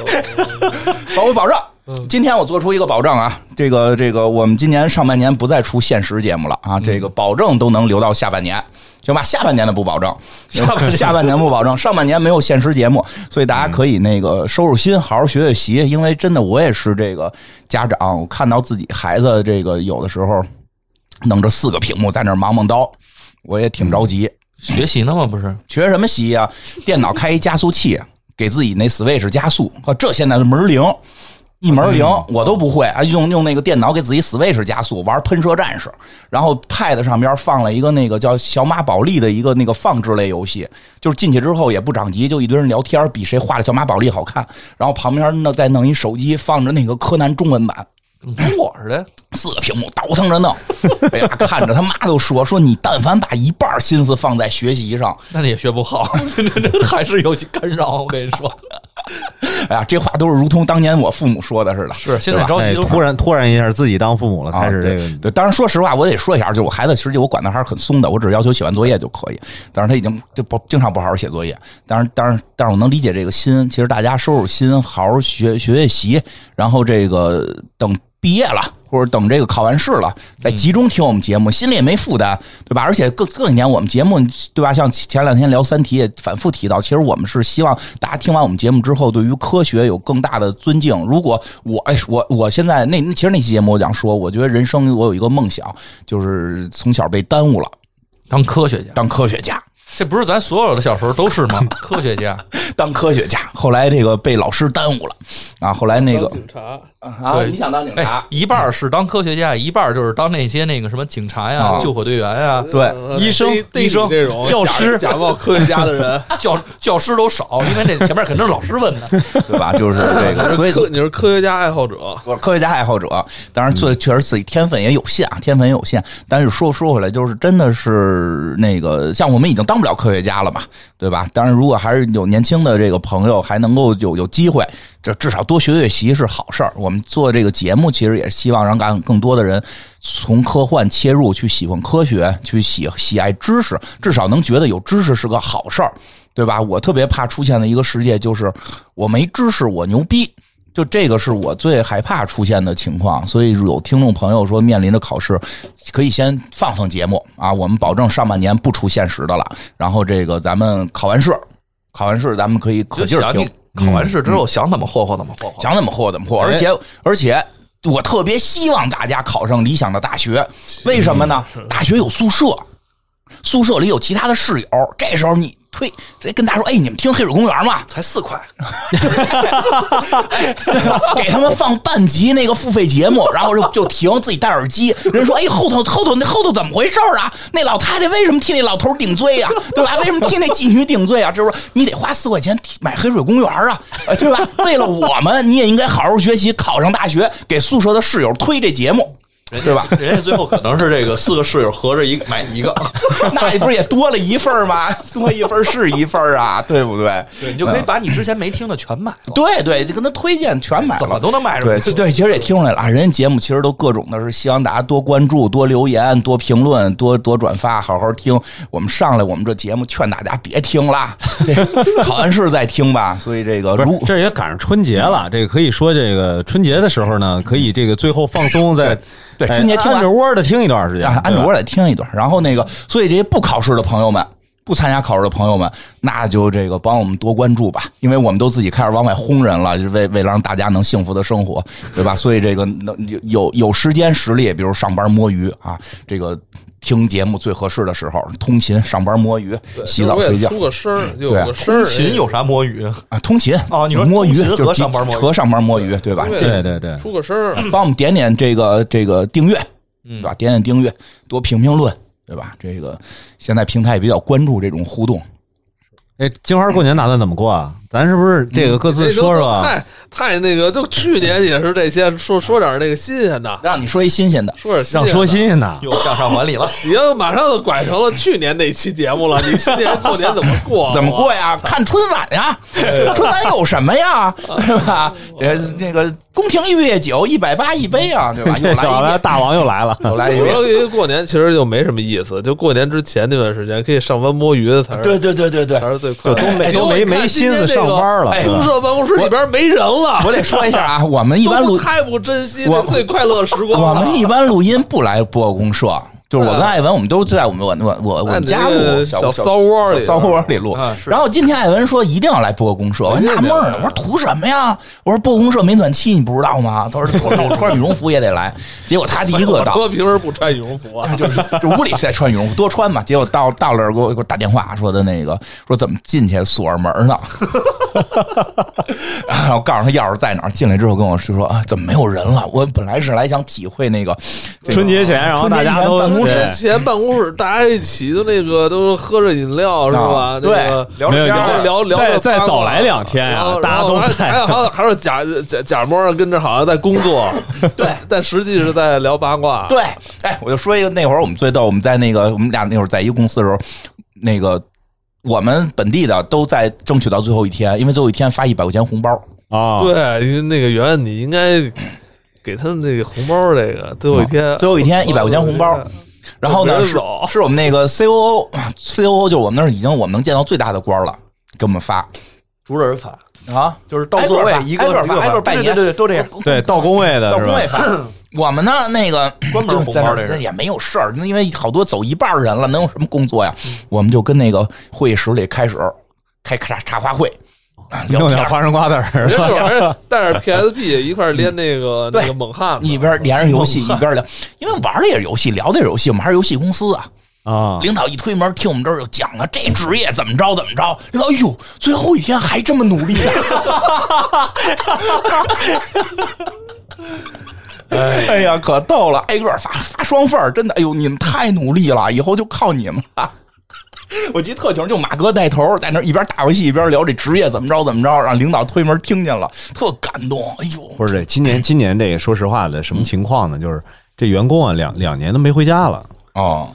保我保证，嗯今天我做出一个保证啊，这个这个，我们今年上半年不再出限时节目了啊，这个嗯保证都能留到下半年，行吧？下半年的不保证，下半年不保证，上半年没有限时节目，所以大家可以那个收收心，好好学学习，因为真的我也是这个家长，我看到自己孩子这个有的时候弄着四个屏幕在那儿忙忙叨，我也挺着急。学习呢嘛不是？学什么习呀、 电脑开一加速器，给自己那 Switch 加速，呵，这现在是门儿灵。一门儿灵，我都不会啊！用用那个电脑给自己 Switch 加速玩《喷射战士》，然后 Pad 上边放了一个那个叫小马宝莉的一个那个放置类游戏，就是进去之后也不长级，就一堆人聊天，比谁画的小马宝莉好看。然后旁边呢再弄一手机放着那个柯南中文版，跟我似的，四个屏幕倒腾着弄。 哎呀，看着他妈都说说你但凡把一半心思放在学习上，那你也学 不好， 这这这还是有些干扰。我跟你说，哎呀，这话都是如同当年我父母说的似的。是现对在吧着急哎都突然突然一下自己当父母了，啊开始这对个对，当然说实话，我得说一下，就是我孩子实际我管的还是很松的，我只要求写完作业就可以。但是他已经就不经常不好好写作业。当然，当然，但是我能理解这个心。其实大家收收心，好好学学学习，然后这个等毕业了。或者等这个考完试了，再嗯集中听我们节目，心里也没负担，对吧？而且更更一点，我们节目对吧？像前两天聊《三体》也反复提到，其实我们是希望大家听完我们节目之后，对于科学有更大的尊敬。如果我哎，我我现在那其实那期节目我讲说，我觉得人生我有一个梦想，就是从小被耽误了，当科学家，当科学家。 这不是咱所有的小时候都是吗？科学家，当科学家，后来这个被老师耽误了啊！后来那个当警察，啊，对你想当警哎察，，一半儿是当科 学家，一半儿就是当那些那个什么警察呀、啊救火队员呀、对呃医生逮逮你医生这种教假师假冒科学家的人，教教师都少，因为那前面肯定是老师问的。对吧？就是这个，所以科你是科学家爱好者，我是科学家爱好者，当然最确实自己天分也有限啊，天分也有限。但是说说回来，就是真的是那个，像我们已经当不了科学家了嘛，对吧？当然，如果还是有年轻的这个朋友还能够有有机会，这至少多学学习是好事儿。我们做这个节目，其实也是希望让让更多的人从科幻切入，去喜欢科学，去喜喜爱知识，至少能觉得有知识是个好事儿。对吧？我特别怕出现的一个世界就是我没知识，我牛逼，就这个是我最害怕出现的情况，所以有听众朋友说面临着考试，可以先放放节目啊，我们保证上半年不出现实的了。然后这个咱们考完试，考完试咱们可以 就可嗯劲儿想听你，考完试之后想怎么霍霍怎么霍霍。想怎么霍怎么霍，而且而且。我特别希望大家考上理想的大学，为什么呢？大学有宿舍，宿舍里有其他的室友，这时候你推跟大家说：“哎，你们听《黑水公园》吗？才四块， 给他们放半集那个付费节 目，然后就就停，自己戴耳机。人说：“哎，后头后头那后头怎么回事儿啊？那老太太为什么替那老头顶罪呀、啊对吧？为什么替那妓女顶罪啊？这时候你得花四块钱买黑水公园啊，呃对吧？为了我们，你也应该好好学习，考上大学，给宿舍的室友推这节目，对吧？人家最后可能是这个四个室友合着一买一个， 那不是也多了一份儿吗？多一份儿是一份儿啊，对不对？你就可以把你之前没听的全买了。对对，就跟他推荐全买了，怎么都能买着 对对，其实也听出来了啊，人家节目其实都各种的是希望大家多关注、多留言、多评论、多多转发，好好听。我们上来，我们这节目劝大家别听 啦，这考完试再听吧。所以这个不如是，这也赶上春节了，这个可以说，这个春节的时候呢，可以这个最后放松，在哎对春节听完按着窝的听一段时间啊，，按对着吧我得听一段。然后那个，所以这些不考试的朋友们。不参加考试的朋友们，那就这个帮我们多关注吧，因为我们都自己开始往外轰人了，就是为为了让大家能幸福的生活，对吧？所以这个能有有有时间实力，比如上班摸鱼啊，这个听节目最合适的时候，通勤、上班摸鱼、洗澡、我睡也觉出个声儿，就有对个声儿，哎琴有啥 摸鱼？啊，通勤哦你说摸鱼通勤就和集上班摸鱼和上班摸鱼，对吧？对这对对对，出个声儿，帮我们点点这个这个订阅，对吧？点点订阅，多评评论，对吧？这个现在平台也比较关注这种互动，哎，金花过年打算怎么过啊？咱是不是这个各嗯这自都说啊说？太太那个，就去年也是这些，说说点那个新鲜的，让你说一新鲜的。？说点新鲜让的说新鲜的，又向上管 理了，你要马上就拐成了去年那期节目了，你新年过年怎么过怎么过呀？看春晚呀，春晚有什么呀？是吧？这这个宫廷玉液酒一百八一杯啊， 对吧？又这来搞一了遍，大王又来了，又来一我遍。说这过年其实就没什么意思，就过年之前那段时间可以上班摸鱼的才是对对对对对，才是最快乐的。都没哎都没没心思上班了哎哎公社办公室里边没人了，我得说一下啊，我们一般都录太不珍惜我这最快乐的时光了。我们一般录音不来播公社，就是我跟艾文，我们都在我们我我我我啊那们你家这个录小骚骚窝里啊骚窝里录。然后今天艾文说一定要来播公社，我还哎纳闷儿呢，我说图什么呀？我说播公社没暖气，你不知道吗？他说 我我穿羽绒服也得来，结果他第一 个我他到。妈平时不穿羽绒服啊， 就是就屋里在穿羽绒服，多穿嘛。结果到到那儿给我给我打电话说的那个，说怎么进去锁着门呢？ 然后告诉他钥匙在哪儿，进来之后跟我说啊，怎么没有人了？我本来是来想体会那个这个春节前，然后大家都春节前办公室对前办公室大家一起的那个都喝着饮料是吧？啊对那个聊没有着天聊儿聊聊再着再八卦早来两天然啊后，大家都然后还还有还在。有还有假假假模着跟着好像在工 作，对，但实际是在聊八卦。对，哎，我就说一个，那会儿我们最逗，我们在那个我们俩那会儿在一个公司的时候，那个我们本地的都在争取到最后一天，因为最后一天发一百块钱红包。啊，对，因为那个圆，你应该给他们这个红包，这个最后一天，最后一天100块钱红包呃然后没呢，人是走 是我们那个 COO，COO 就是我们那儿已经我们能见到最大的官儿了，给我们发逐人发，啊，就是到座位挨个一个儿发挨个儿一发个挨个儿拜对年对对，都这样。对，到工位的到是工 吧位？发。 我们呢，那个关门就红在那包儿这是也没有事儿，因为好多走一半儿人了，能有什么工作呀？我们就跟那个会议室里开始开茶茶话会啊，聊弄天点儿花生瓜子儿人这玩意 儿带着 PSP 一块儿连那个对那个猛汉嘛，一边连着游戏一边聊，因为玩的也是游戏，聊的也是游戏，我们还是游戏公司啊。 啊，领导一推门，听我们这儿就讲了，这职业怎么着怎么着。领导，哎呦，最后一天还这么努力、 哎呀，可逗了，挨个儿发发双份儿，真的，哎呦，你们太努力了，以后就靠你们了。 我记得特清，就马哥带头在那儿一边打游戏一边聊这职业怎么着怎么着，让领导推门听见了，特感动。哎呦，不是这今年今年这个说实话的什么情况呢？就是这员工啊，两两年都没回家了，哦，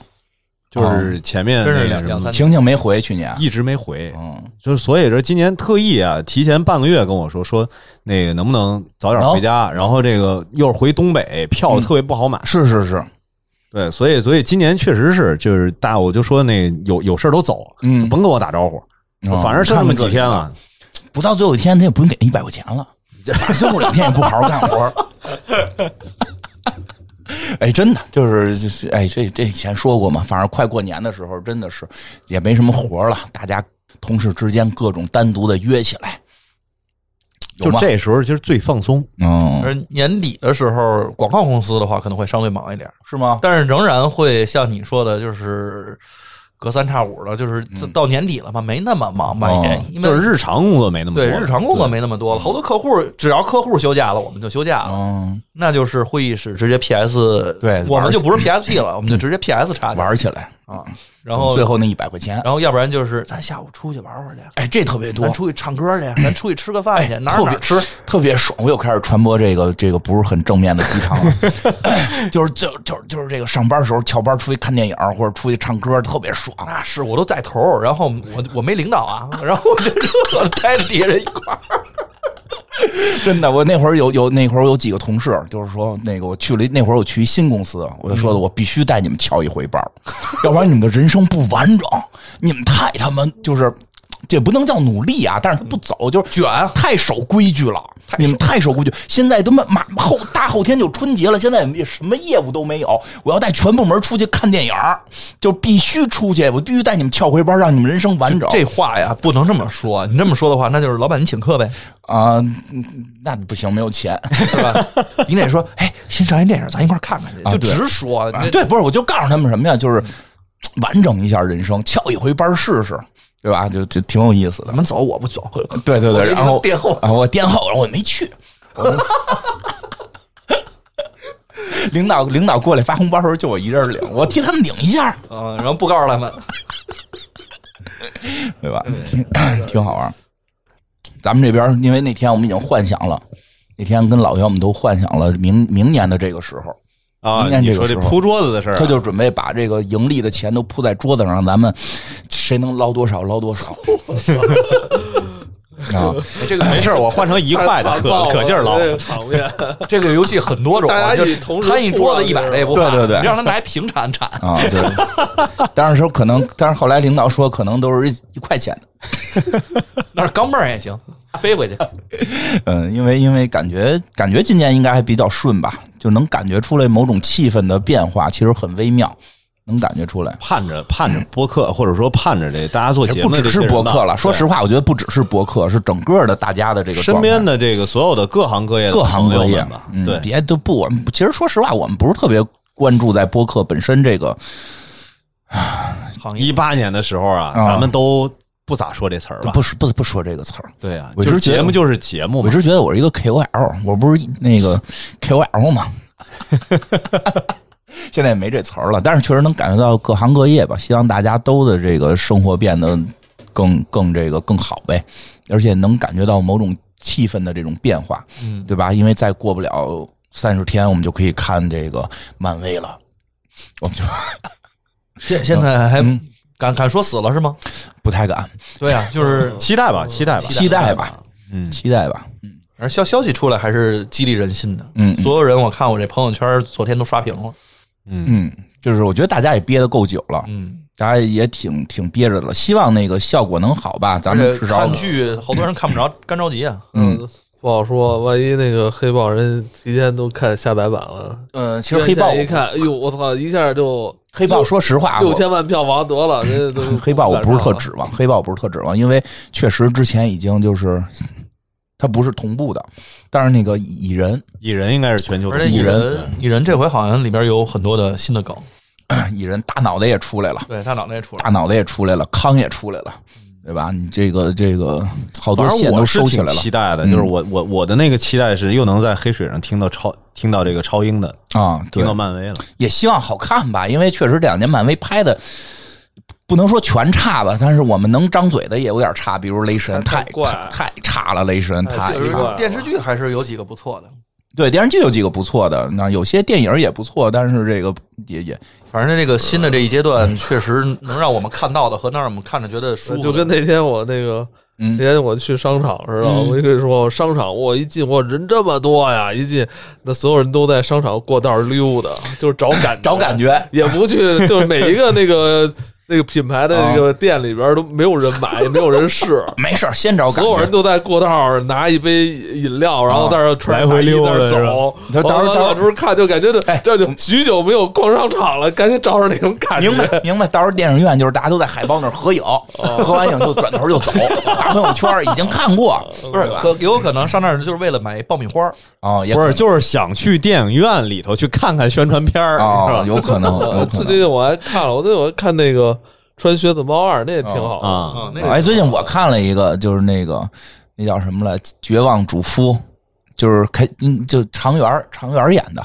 就是前面真是那个两什两么三婷婷没回去年，一直没回，嗯，就是所以说今年特意啊，提前半个月跟我说说那个能不能早点回家，然后这个又是回东北，票特别不好买，是是是，对，所以所以今年确实是就是大，我就说那有有事儿都走，嗯甭跟我打招呼，哦反正剩那么几天啊了，不到最后一天，他也不用给一百块钱了， 反正我两天也不好好干活。哎，真的就是，就是哎，这这以前说过嘛，反正快过年的时候，真的是也没什么活了，大家同事之间各种单独的约起来，有就吗？这时候其实最放松，嗯，而年底的时候，广告公司的话可能会相对忙一点，是吗？但是仍然会像你说的，就是隔三差五的，就是嗯到年底了嘛，没那么忙吧？也哦因为就是日常工作没嗯那么多对了，日常工作没那么多了，好多客户只要客户休假了，我们就休假了，嗯，那就是会议室直接 PS，对我玩们儿嗯就不是 PSP 了，我们就直接 PS 插去玩起来，啊，然后最后那一百块钱，然后要不然就是咱下午出去玩玩去，哎，这特别多哎咱，出去唱歌去， 咱出去吃个饭去，哪儿特哪别儿吃。特别爽，我又开始传播这个这个不是很正面的鸡汤 了，就是就就就是这个上班时候翘班出去看电影或者出去唱歌特别爽，那是我都带头儿，然后我我没领导啊，然后我就我带着底下人一块儿。真的。我那会儿有有那会儿我有几个同事，就是说那个我去了一那会儿我去一新公司，我就说的我必须带你们翘一回班儿， 要不然你们的人生不完整，你们太他妈就是。这不能叫努力啊，但是他不走，就是卷太守规矩了。你们太守规矩，现在他妈马后大后天就春节了，现在也什么业务都没有。我要带全部门出去看电影儿，就必须出去，我必须带你们翘回班，让你们人生完整。这话呀，不能这么说。你这么说的话，那就是老板你请客呗，啊、嗯那不行，没有钱。是吧？你得说，哎，新上一电影，咱一块儿看看去，啊就对直说。啊 对，不嗯是，我就告诉他们什么呀，就是完整一下人生，翘一回班试试，对吧？就就挺有意思的咱。们走，我不走。对对我对，给你然后们垫后啊，我垫后，然后我没 去。领导领导过来发红包的时候，就我一人 领，我替他们领一下，嗯，然后不告诉他们。对嗯吧？挺挺 好玩。咱们这边，因为那天我们已经幻想了，那天跟老袁我们都幻想了明明年的这个时候，啊明。年你这个说这时候铺桌子的事儿啊，他就准备把这个盈利的钱都铺在桌子上，咱们谁能捞多少捞多 少。啊，这个 没事儿，我换成一块的，可可劲儿捞。这个场面，这个游戏很多种啊，大家就是一同时摊一桌子过一百的也不对怕，对对你让他拿一平铲铲。啊，对。 但是说可能，但是后来领导说可能都是一一块钱的，那是钢镚儿也行，背回去。嗯，因为因为感觉感觉今年应该还比较顺吧，就能感觉出来某种气氛的变化，其实很微妙。能感觉出来。盼着盼着播客，或者说盼着这大家做其节实目不这只是些人博吧客了，说对实话，我觉得不只是博客，是整个的大家的这个身边的的这个所有的各行各业的各行各朋友业们吧，嗯对，别都不，我们其实说实话，我们不是特别关注在播客本身这个，行业一八年的时候啊，啊咱们都不咋说这词儿吧？不不不说这个词儿。对啊，我一就是直觉得节目就是节目我一嘛，直觉得我是一个 KOL，我不是那个 KOL 嘛。 现在也没这词儿了，但是确实能感觉到各行各业吧，希望大家都的这个生活变得更更这个更好呗，而且能感觉到某种气氛的这种变化，嗯，对吧？因为再过不了三十天，我们就可以看这个漫威了，我们就现现在还嗯敢敢说死了是吗？不太敢， 对啊，就是期待吧，期待吧，期待吧，嗯，期待吧，而消消息出来还是激励人心的。嗯嗯所有人我看我这朋友圈昨天都刷屏了。嗯，就是我觉得大家也憋得够久了，嗯，大家也挺挺憋着的了，希望那个效果能好吧？咱而们且至少看剧好多人看不着，干着急啊。嗯，不好说，万一那个黑豹人提前都看下载版了。嗯，其实黑豹一看，哎呦，我操，一下就黑豹，说实话，啊六我嗯千万票房得了，人家都 黑豹我不是特指望，黑豹我不是特指望，因为确实之前已经就是它不是同步的，但是那个蚁人蚁人应该是全球而的且蚁蚁人人，蚁人这回好像里边有很多的新的梗，蚁人大脑袋也出来了，对他脑袋也出来大。脑袋也出来了，康也出来了，对吧？你这个这个好多反线正都我是收起挺来了嗯期待的，就是我我我的那个期待是又能在黑水上听到超听到这个超英的，啊，对听到漫威了，也希望好看吧，因为确实这两年漫威拍的。不能说全差吧，但是我们能张嘴的也有点差，比如雷神太太怪哎太太差了，雷神太太差奇怪了。了电视剧还是有几个不错的，对，电视剧有几个不错的，那有些电影也不错，但是这个也也反正这个新的这一阶段确实能让我们看到的和能让我们看着觉得舒服的。就跟那天我那个，嗯那天我去商场似的，我就跟你说，商场我一进，我人这么多呀，一进那所有人都在商场过道溜达，就是找感觉 找感，觉。也不去，就是每一个那个 那个品牌的那啊个店里边都没有人买，也没有人试。没事儿，先找感所有人觉。都在过道儿拿一杯饮料，然后在那儿穿着啊来大回衣溜达在那儿是吧走。他到时完了候到时候老头儿看就感觉这哎这就许久没有逛商场了，赶紧找找那种感觉。明白明白，到时候电影院就是大家都在海报那儿合影，哦合完影就转头就走， 发朋友圈已经看过，不是可有可能上那儿就是为了买爆米花儿，啊，也不是就是想去电影院里头去看看宣传片儿，是啊，吧？有可能，有呃可 最能。近我还看了，我最近我还看那个《穿靴子猫二》，那也挺好的。啊，嗯，那个哎，最近我看了一个，就是那个那叫什么来，《绝望主夫》，就是开嗯就常媛儿常媛儿演的，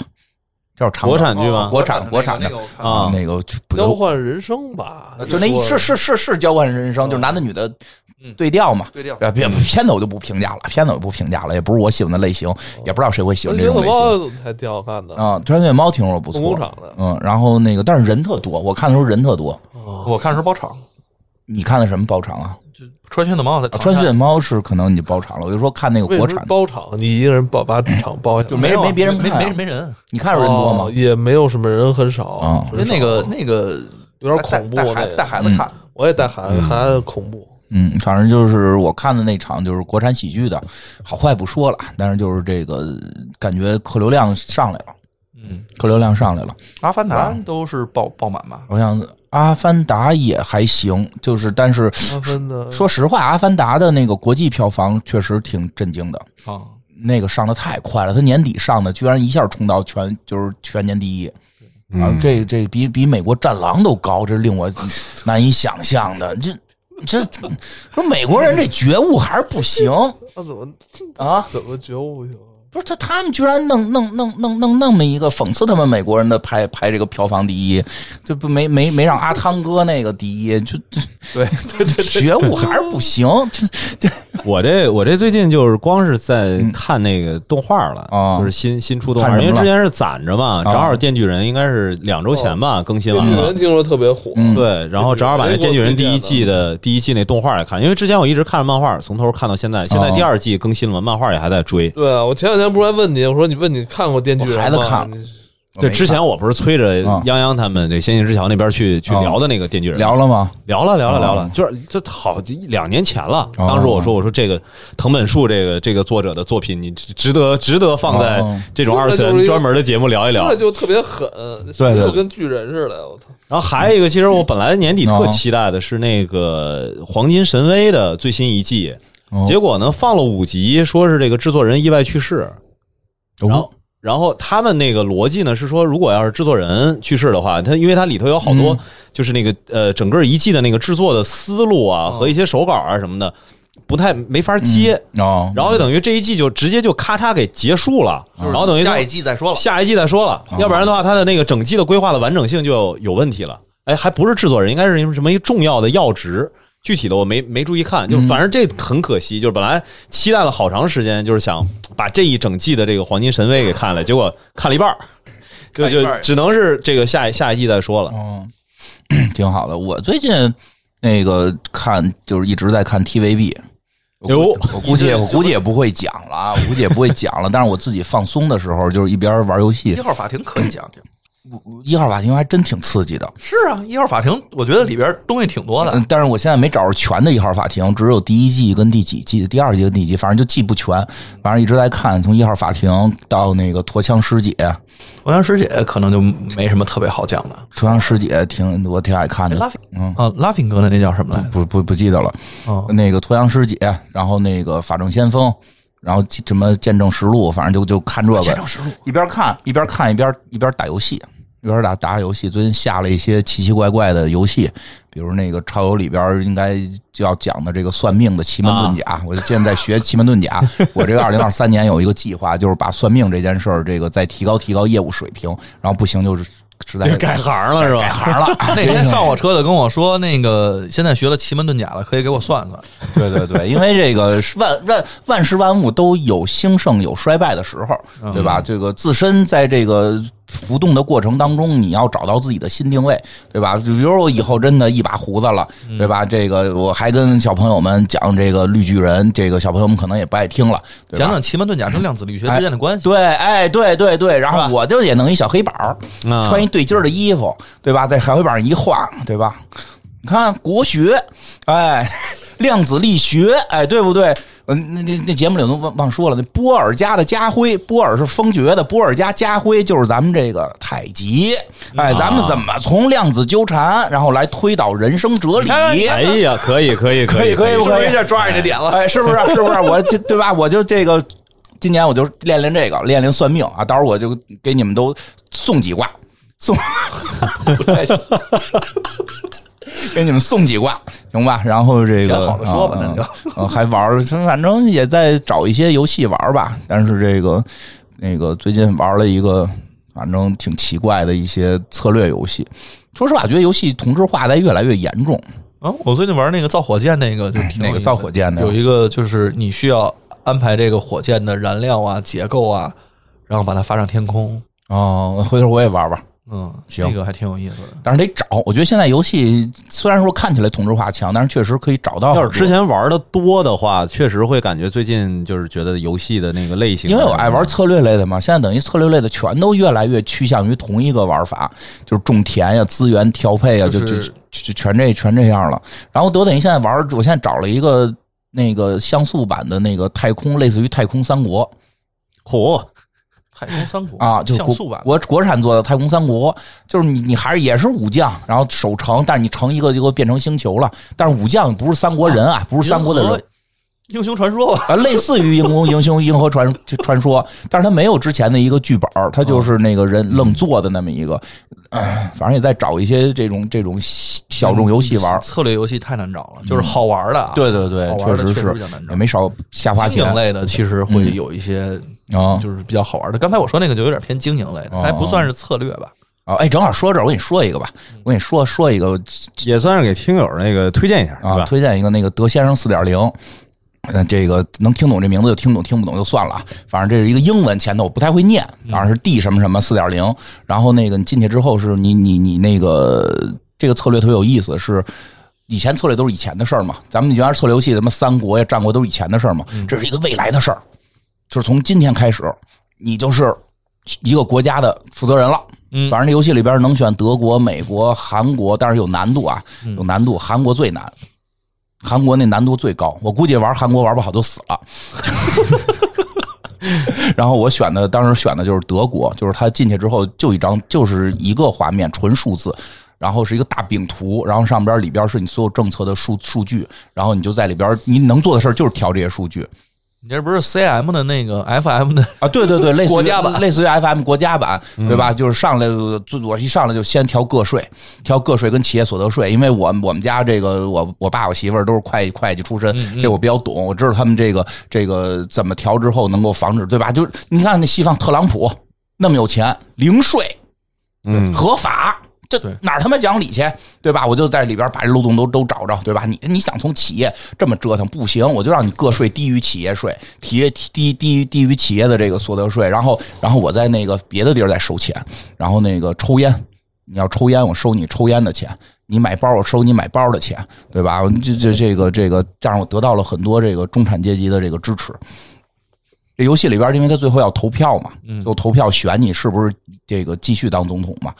叫常国媛儿产剧吗？哦国产国产那的个我看啊那个就不交换人生吧，啊就那一是是是是交换人嗯生，就是男的女的对调嘛。对调呃片片子我就不评价了，片子我不评价了，也不是我喜欢的类型，也不知道谁会喜欢哦穿这靴子种类型。猫还挺好看的，啊，穿越猫听说不梦工错，厂的嗯，然后那个但是人特多，我看的时候人特多。我看的是包场，你看的什么包场啊？穿靴子猫在啊场穿上越猫是可能你包场了，我就说看那个为国什么产的，包场？你一个人包把场包下来，就没有啊没别人看啊没没没人，你看着人多吗哦？也没有什么人，很少啊。很因为少那个那个有点恐怖带带孩那个子嗯带孩子看，我也带孩子，孩子恐怖。嗯，反正就是我看的那场就是国产喜剧的，好坏不说了，但是就是这个感觉客流量上来了，嗯，客流量上来了。阿凡达都是爆爆满吧？我想《阿凡达》也还行，就是但是阿芬的说实话，《阿凡达》的那个国际票房确实挺震惊的，啊，那个上的太快了，它年底上的，居然一下冲到全就是全年第一。啊，这这比比美国《战狼》都高，这令我难以想象的。这这说美国人这觉悟还是不行他怎么 啊！怎么觉悟去了？不是他，他们居然弄弄弄弄弄那么一个讽刺他们美国人的排排这个票房第一，这不没没没让阿汤哥那个第一，就对 对对，觉悟还是不行，就我这我这最近就是光是在看那个动画了，哦啊就是新新出动画，看什因么为了之前是攒着嘛，正好《电锯人》应该是两周前吧、更新哦电完锯了人。听说特别火，嗯对，然后正好把那《电锯人》第一季的第一季那动画也看，因为之前我一直看着漫画，从头看到现在。现在哦第二季更新了，漫画也还在追。哦对啊，我前两天不是还问你，我说你问你看过《电锯人》我孩子吗？看了你对，没之前我不是催着哦啊泱泱他们这《仙境之桥》那边去去啊聊的那个《电锯人》，聊了吗？聊了聊了聊了哦，就是这好就一两年前了。哦当时我说我说这个藤本树这个这个作者的作品，你值值得值得放在哦这种二次元专门的节目聊一聊听着。就特别狠，对对就跟巨人似的，我操！然后还有一个，其实我本来年底哦特期待的是那个《黄金神威》的最新一季哦，结果呢放了五集，说是这个制作人意外去世，哦然后。然后他们那个逻辑呢是说，如果要是制作人去世的话，他因为它里头有好嗯多就是那个、呃整个一季的那个制作的思路啊、和一些手稿啊什么的，不太没法接，哦，然后就等于这一季就直接就咔嚓给结束了，然后等于下一季再哦说了。下一季再说了，要不然的话，它的那个整季的规划的完整性就有问题了。哎，还不是制作人，应该是什么什么一重要的要职，具体的我没没注意看，就嗯反正这很可惜，就是本来期待了好长时间，就是想把这一整季的这个黄金神威给哦看了，结果看了一 半儿，就就只能是这个下一下一季再说了。嗯，挺好的。我最近那个看就是一直在看 TVB。哟我估我估计我估计也不会讲了啊，我估计也不会讲了。但是我自己放松的时候，就是一边玩游一戏，号法庭可以讲讲。一号法庭还真挺刺激的。是啊，一号法庭，我觉得里边东西挺多的。嗯，但是我现在没找着全的一号法庭，只有第一季跟第几季、第二季跟第几季，反正就记不全。反正一直在看，从一号法庭到那个陀枪师姐，同阳师姐可能就没什么特别好讲的。陀枪师姐挺我挺爱看的。拉菲，嗯啊，拉菲哥的那叫什么来着？不不不记得了。哦那个《脱阳师姐》，然后那个《法证先锋》，然后什么《见证实录》，反正就就看这个。见证实录一边看一边看一边一边打游戏，一边打打游戏。最近下了一些奇奇怪怪的游戏，比如那个超游里边应该就要讲的这个算命的奇门遁甲，我就现在学奇门遁甲。我这个二零二三年有一个计划，就是把算命这件事儿，这个再提高提高业务水平，然后不行就是实在就 改行了 是改吧？行了。 那天上我车的跟我说，那个现在学了奇门遁甲了，可以给我算算。 对对对，因为这个是万万万事万物都有兴盛有衰败的时候，对吧？这个自身在这个浮动的过程当中，你要找到自己的新定位，对吧？就比如我以后真的一把胡子了，对吧？这个我还跟小朋友们讲这个绿巨人，这个小朋友们可能也不爱听了，对讲吧？讲奇门遁甲跟量子力学之间的关系。对，哎，对对对，然后我就也弄一小黑板儿，啊穿一对襟儿的衣服，对吧？在小黑板上一画，对吧？你看国学，哎，量子力学，哎，对不对？嗯，那那那节目里我都忘忘说了，那波尔家的家徽，波尔是封爵的，波尔家家徽就是咱们这个太极，哎，咱们怎么从量子纠缠，然后来推导人生哲理？哎呀，可以可以可以以可以以不，可以？抓着这点 了。哎，是不是？是不是？我这对吧？我就这个，今年我就练练这个，练练算命啊。到时候我就给你们都送几卦，送， 不太行给你们送几卦，行吧？然后这个挺好的说吧嗯那就嗯嗯还玩儿，反正也在找一些游戏玩儿吧。但是这个那个最近玩了一个，反正挺奇怪的一些策略游戏。说实话，觉得游戏同质化在越来越严重。啊，我最近玩那个造火箭那个就挺有嗯哪个意思造火箭的呀有一个就是你需要安排这个火箭的燃料啊、结构啊，然后把它发上天空。哦，回头我也玩玩。嗯，行那个还挺有意思的。但是得找。我觉得现在游戏虽然说看起来同质化强，但是确实可以找到很多。要是之前玩的多的话，确实会感觉最近就是觉得游戏的那个类型，啊因为我爱玩策略类的嘛，现在等于策略类的全都越来越趋向于同一个玩法，就是种田呀、资源调配呀，就就就是就就全这全这样了。然后我等于现在玩，我现在找了一个那个像素版的那个太空，类似于太空三国嚯，太空三国啊，就是像国素版，国国产做的太空三国，就是你你还是也是武将，然后守城，但是你城一个就变成星球了，但是武将不是三国人啊，不是三国的人银河。英雄传说吧。啊，类似于英雄英雄银河传传说，但是他没有之前的一个剧本儿，他就是那个人愣做的那么一个，唉反正也在找一些这种这种小众游戏玩儿。策略游戏太难找了，就是好玩的啊。嗯对对对好，玩确的实确是比较难找也。没少瞎花经钱嗯营类的其实会有一些啊就是比较好玩的。刚才我说那个就有点偏经营类的，哦它还不算是策略吧？啊！哎，正好说这儿，我跟你说一个吧，我跟你说说一个也算是给听友那个推荐一下，是啊，吧？推荐一个那个德先生四点零。嗯，这个能听懂这名字就听懂，听不懂就算了啊。反正这是一个英文，前头我不太会念，当然是 D 什么什么四点零。然后那个你进去之后是你你你那个这个策略特别有意思，是以前策略都是以前的事儿嘛。咱们原来策略游戏，什么三国呀、嗯战国都是以前的事儿嘛。这是一个未来的事儿，就是从今天开始，你就是一个国家的负责人了。嗯，反正这游戏里边能选德国、美国、韩国，但是有难度啊，嗯有难度。韩国最难，韩国那难度最高，我估计玩韩国玩不好就死了。 然后我选的当时选的就是德国，就是他进去之后就一张就是一个画面，纯数字，然后是一个大饼图，然后上边里边是你所有政策的数数据，然后你就在里边你能做的事儿就是调这些数据你这不是 CM 的那个 FM 的啊，对对 对，类似于国家版嗯类似于 FM 国家版，对吧？就是上来最我一上来就先调个税，调个税跟企业所得税，因为我我们家这个我我爸我媳妇儿都是会计会计出身，嗯这我比较懂，我知道他们这个这个怎么调之后能够防止，对吧？就是你看那西方特朗普那么有钱，零税，嗯，合法。这哪儿他妈讲理去，对吧？我就在里边把这漏洞都都找着，对吧？你你想从企业这么折腾不行，我就让你个税低于企业税，企业低低于低于企业的这个所得税，然后然后我在那个别的地儿再收钱，然后那个抽烟，你要抽烟我收你抽烟的钱，你买包我收你买包的钱，对吧？这这这个这个，但是我得到了很多这个中产阶级的这个支持。这游戏里边，因为他最后要投票嘛，就投票选你是不是这个继续当总统嘛。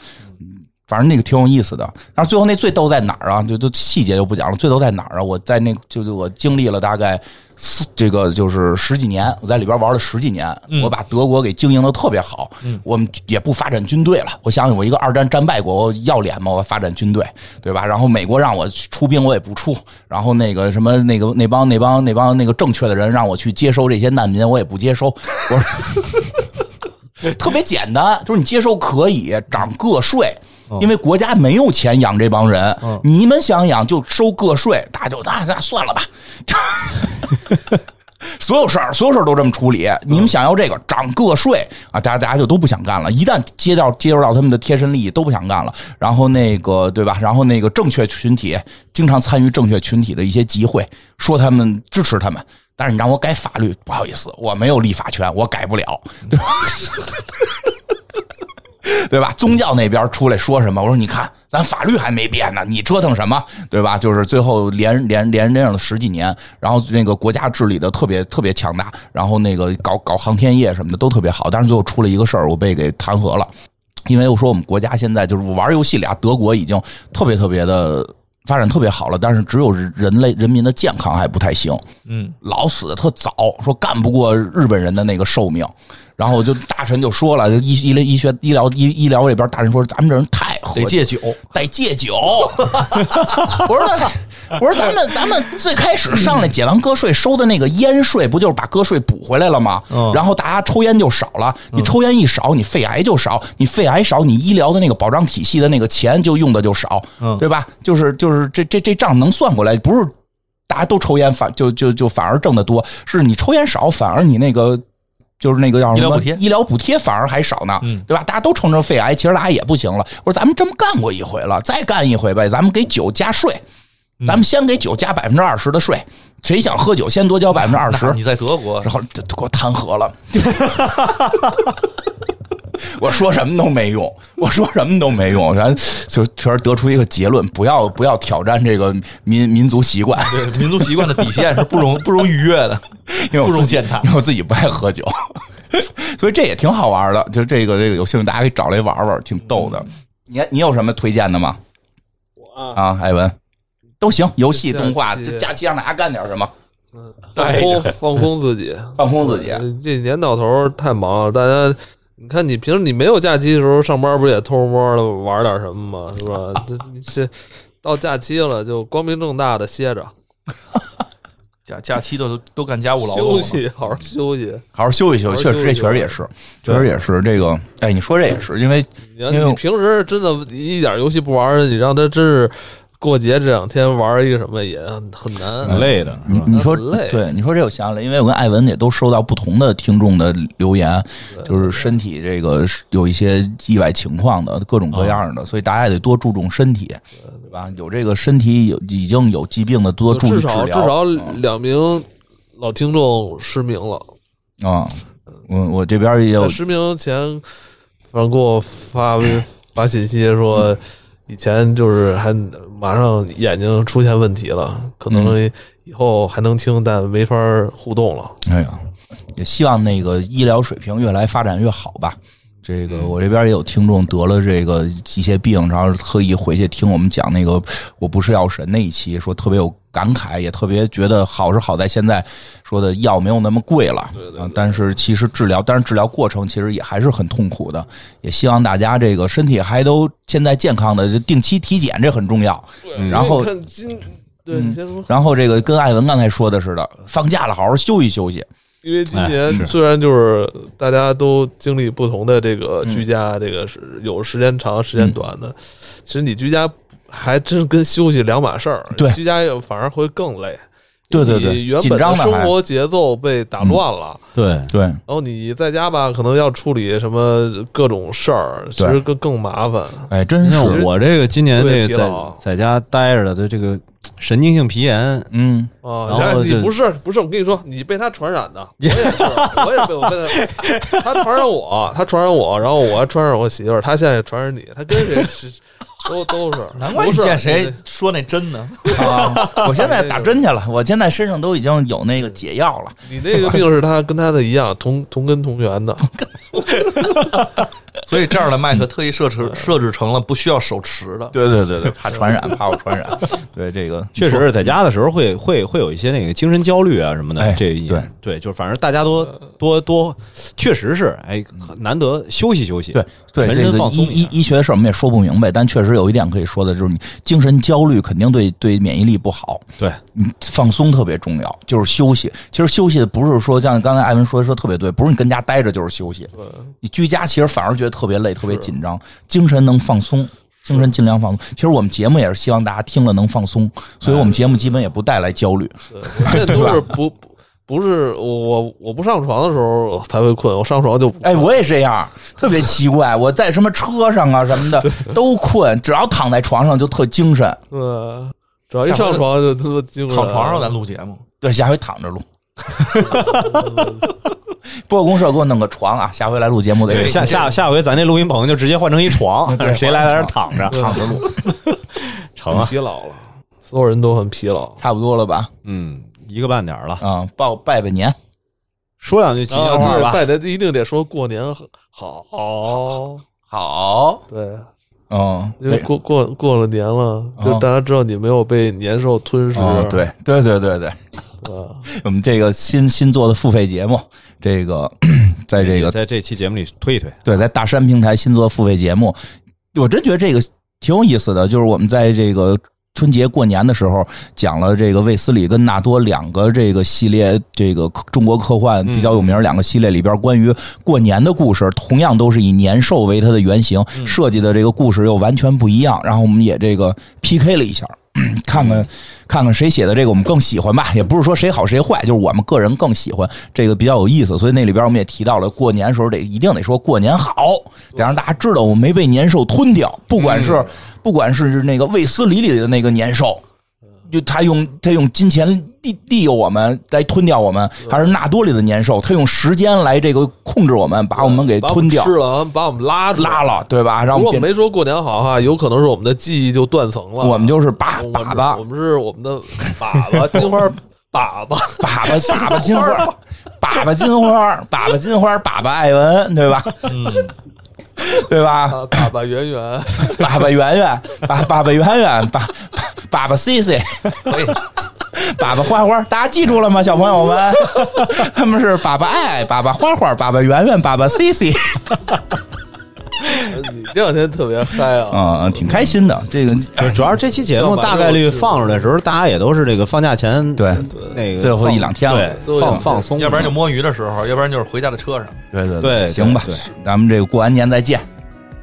反正那个挺有意思的。但是最后那最逗在哪儿啊？就就细节就不讲了，最逗在哪儿啊？我在那就就我经历了大概四这个就是十几年，我在里边玩了十几年，我把德国给经营的特别好。我们也不发展军队了。我想想，我一个二战战败国，我要脸吗？我发展军队，对吧？然后美国让我出兵，我也不出。然后那个什么那个那帮那帮那帮那个正确的人让我去接收这些难民，我也不接收。我说。 特别简单，就是你接受可以涨个税，因为国家没有钱养这帮人，你们想养就收个税，大家就那那算了吧。 所有事儿，所有事儿都这么处理。你们想要这个涨个税啊，大家大家就都不想干了。一旦接到接受到他们的贴身利益，都不想干了。然后那个对吧？然后那个正确群体经常参与正确群体的一些集会，说他们支持他们。但是你让我改法律，不好意思，我没有立法权，我改不了，对吧？对吧？宗教那边出来说什么？我说你看，咱法律还没变呢，你折腾什么？对吧？就是最后连连连这样了十几年，然后那个国家治理的特别特别强大，然后那个搞搞航天业什么的都特别好，但是最后出了一个事儿，我被给弹劾了，因为我说我们国家现在就是玩游戏里啊，德国已经特别特别的。发展特别好了，但是只有人类人民的健康还不太行，嗯，老死的特早，说干不过日本人的那个寿命，然后就大臣就说了，就医医医学医疗医医疗这边大臣说，咱们这人太和得气戒酒，得戒 酒。 我说那，我说咱们咱们最开始上来解完个税收的那个烟税，不就是把个税补回来了吗？然后大家抽烟就少了，你抽烟一少，你肺癌就少，你肺癌少，你医疗的那个保障体系的那个钱就用的就少，嗯对吧？就是就是这这这账能算过来，不是大家都抽烟反就就就反而挣得多，是你抽烟少，反而你那个。就是那个叫什么医疗补贴嗯医疗补贴反而还少呢，对吧？大家都承认肺癌，其实大家也不行了。我说咱们这么干过一回了，再干一回呗，咱们给酒加税，嗯咱们先给酒加百分之二十的税，谁想喝酒先多交百分之二十那。你在德国然后就就给我弹劾了， 我说什么都没用，我说什么都没用，咱就确实得出一个结论：不要不要挑战这个民民族习惯，对民族习惯的底线是不 容不容逾越的。因为我 不容自己践踏 因为我自己不爱喝酒， 所以这也挺好玩的。就这个这个有兴趣大家可以找来玩玩，挺逗嗯的。你你有什么推荐的吗？啊，啊，艾文都行，游戏、这假期动画，这假期让大家干点什么，哎放空放空自 己，放空自己。这一年到头儿太忙了，大家。你看，你平时你没有假期的时候，上班不是也偷摸的玩点什么吗？是吧？这这到假期了，就光明正大的歇着，假假期都都干家务劳动休了，息，好好休息。好好休息休息，好确好休实息这确实也是，确实也是这个。哎，你说这也是，因为你要因为我你平时真的一点游戏不玩，你让他真是过节这两天玩一个什么也很挺难。啊累的，是你吧？你说很嗯累对，你说这我想起来，因为我跟艾文也都收到不同的听众的留言，就是身体这个是有一些意外情况的，各种各样的，所以大家也得多注重身体，对吧？有这个身体有已经有疾病的，多注至意治疗。少嗯至少两名老听众失明了，啊，我我这边也有在失明前，反正给我发发信息说，以前就是还马上眼睛出现问题了，可嗯能以后还能听，但没法互动了。哎呀，也希望那个医疗水平越来发展越好吧。这嗯个我这边也有听众得了这个一些病，然后特意回去听我们讲那个“我不是药神”那一期，说特别有感慨，也特别觉得好是好在现在说的药没有那么贵了，啊，但是其实治疗，但是治疗过程其实也还是很痛苦的。也希望大家这个身体还都现在健康的，就定期体检这很重要。对嗯然因后嗯为看今，对你先说，然后这个跟艾文刚才说的似的，放假了好好休息休息。因为哎今年虽然就是大家都经历不同的这个居嗯家，这个是有时间长、时间短的，其实你居家还真跟休息两码事儿，对居家也反而会更累。对对对你原紧本张的的生还嗯活节奏被打乱了，对，对，然后你在家吧，可能要处理什么各种事儿，其实更更麻烦。哎，真你是，看我这个今年特别这个疲劳在在家待着的，这这个神经性皮炎，嗯，啊，然后你就看你不是不是，我跟你说，你被他传 染的，我也是，我也被我被他，他传染我，他传染我，然后我还传染我媳妇儿，他现在也传染你，他跟谁是都都是， 难怪不你是见谁说那针呢？啊，我现在打针去了，我现在身上都已经有那个解药了。你那个病是他跟他的一样，同同根同源的，所以这样的麦克特意设置设置成了 不需要手持的。对对对对，怕传染，怕我传染。对这个确实是在家的时候会会会有一些那个精神焦虑啊什么的，哎这对对，就是反正大家多多多，确实是哎，难得休息休息，对对全这身个放松医一医下。医学的事儿我们也说不明白，但确实有一点可以说的就是，你精神焦虑肯定对对免疫力不好。对，你放松特别重要，就是休息。其实休息的不是说像刚才艾文说的说特别对，不是你跟家待着就是休息，你居家其实反而觉得特别累、特别紧张，精神能放松。精神尽量放松。其实我们节目也是希望大家听了能放松，所以哎我们节目基本也不带来焦虑。对我现在都是不不不是我我我不上床的时候才会困，我上床就哎，我也这样，特别奇怪。我在什么车上啊什么的都困，只要躺在床上就特精神。呃，只要一上床就他妈精神躺床上咱录节目，对，下回躺着录。 播公社给我弄个床啊，下回来录节目得对，下下下回咱这录音棚就直接换成一床，对谁来在这儿躺着躺着录， 成啊？疲劳了，所有人都很疲劳。差不多了吧？嗯，一个半点儿了，啊，报拜拜年，说两句吉啊，祥话对，吧。拜年一定得说过年好，好，好，对，嗯，因为对过过过了年了，就哦大家知道你没有被年兽吞噬，哦，对对对对对，啊， 我们这个新新做的付费节目，这个 在这也个在这期节目里推一推，对，在大山平台新做付费节目，我真觉得这个挺有意思的。就是我们在这个春节过年的时候，讲了这个卫斯理跟纳多两个这个系列，这个科中国科幻比较有名儿两个系列里边关于过年的故事，同样都是以年兽为它的原型，设计的这个故事又完全不一样。然后我们也这个 PK 了一下。看嗯看看看谁写的这个我们更喜欢吧，也不是说谁好谁坏，就是我们个人更喜欢这个比较有意思。所以那里边我们也提到了，过年的时候得一定得说过年好，得让大家知道我没被年兽吞掉，不管嗯是、不管是那个卫斯理里的那个年兽。嗯就他用他用金钱利利诱我们来吞掉我们，嗯还是纳多里的年兽，他用时间来这个控制我们，把我们给嗯把吞掉吃、了，把我们拉出来拉。了，对吧？让如我果们变没说过年好哈，有可能是我们的记忆就断层了。我们就是把我们粑粑我们是我们的粑粑，金花粑粑， 粑粑粑粑金花， 粑粑金花，粑粑金花，粑粑艾文，对吧？对吧？啊粑粑圆圆，粑粑圆圆，粑粑粑圆圆，粑粑粑 C C，粑粑花花，大家记住了吗，小朋友们？ 他们是粑粑爱，粑粑花花，粑粑圆圆，粑粑 C C，你这两天特别嗨啊！嗯，挺开心的。这个哎主要是这期节目大概率放出来的时候，大家也都是这个放假前对那个最后一放两天了最后一两对放天放松，要不然就摸鱼的时候，要不然就是回家的车上。对对对行吧对，咱们这个过完年再见。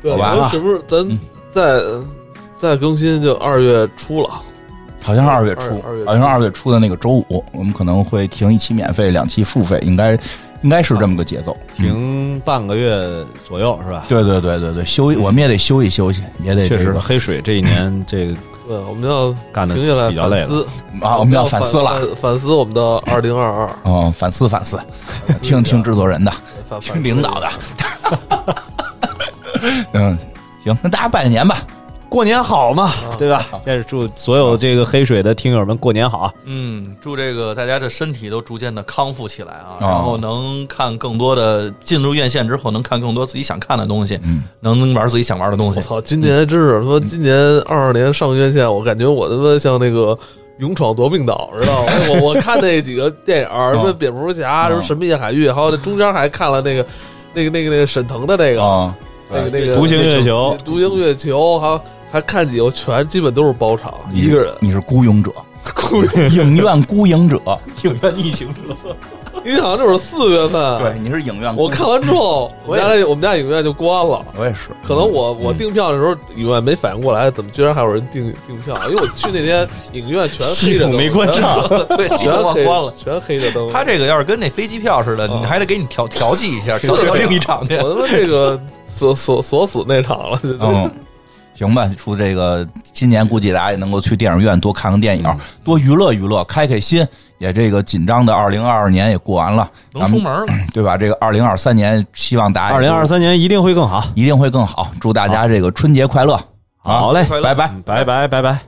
对好啊嗯吧咱们是不是咱再再更新就二月初了？好像是二月二初二月，初好像是二月初的那个周五，我们可能会停一期免费，两期付费，应该应该是这么个节奏。嗯停半个月左右是吧？对对对对对，休嗯我们也得休息休息，也得确这实，个黑水这一 年这个对，我们要干得停下来比较累反了思啊，我们要反思了，反反思我们的二零二二，哦，反思反思，听听制作人的，反反 听领导的，嗯，行，跟大家拜个年吧，过年好嘛，对吧？先是祝所有这个黑水的听友们过年好。啊嗯，祝这个大家的身体都逐渐的康复起来啊，然后能看更多的进入院线之后能看更多自己想看的东西，能玩自己想玩的东我西。操，今年真是说今年二二年上院线，我感觉我他妈像那个。勇闯夺命岛，知道吗？哎我我看那几个电影儿，什么蝙蝠侠，什么神秘夜海域，还有中间还看了那个，那个那个那个沈腾的那个，啊，那个那个独行月球独行月球，还有还看几个全基本都是包场，一个 人。你是孤勇者，孤影院孤影者，影院逆行者，你好像就是四月份，，对，啊你是影 院孤。我看完之后，我我们也家那我们家影院就关了。我也是，可能我我订票的时候，影院没反应过来，怎么居然还有人订订票？因为我去那天影院全黑着灯，没 关上，对，系全统忘黑关了。全黑着灯。他这个要是跟那飞机票似的，你还得给你调调剂一下，调到另一场去。我他妈这个锁锁锁死那场了， 嗯，行吧，出这个今年估计大家也能够去电影院多看看电嗯影，多娱乐娱乐，开开心。也这个紧张的二零二二年也过完了，能咱出们门了，对吧？这个二零二三年，希望大家二零二三年一定会更好。哎一定会更好。祝大家这个春节快乐！啊好嘞，嗯拜拜。拜拜拜拜。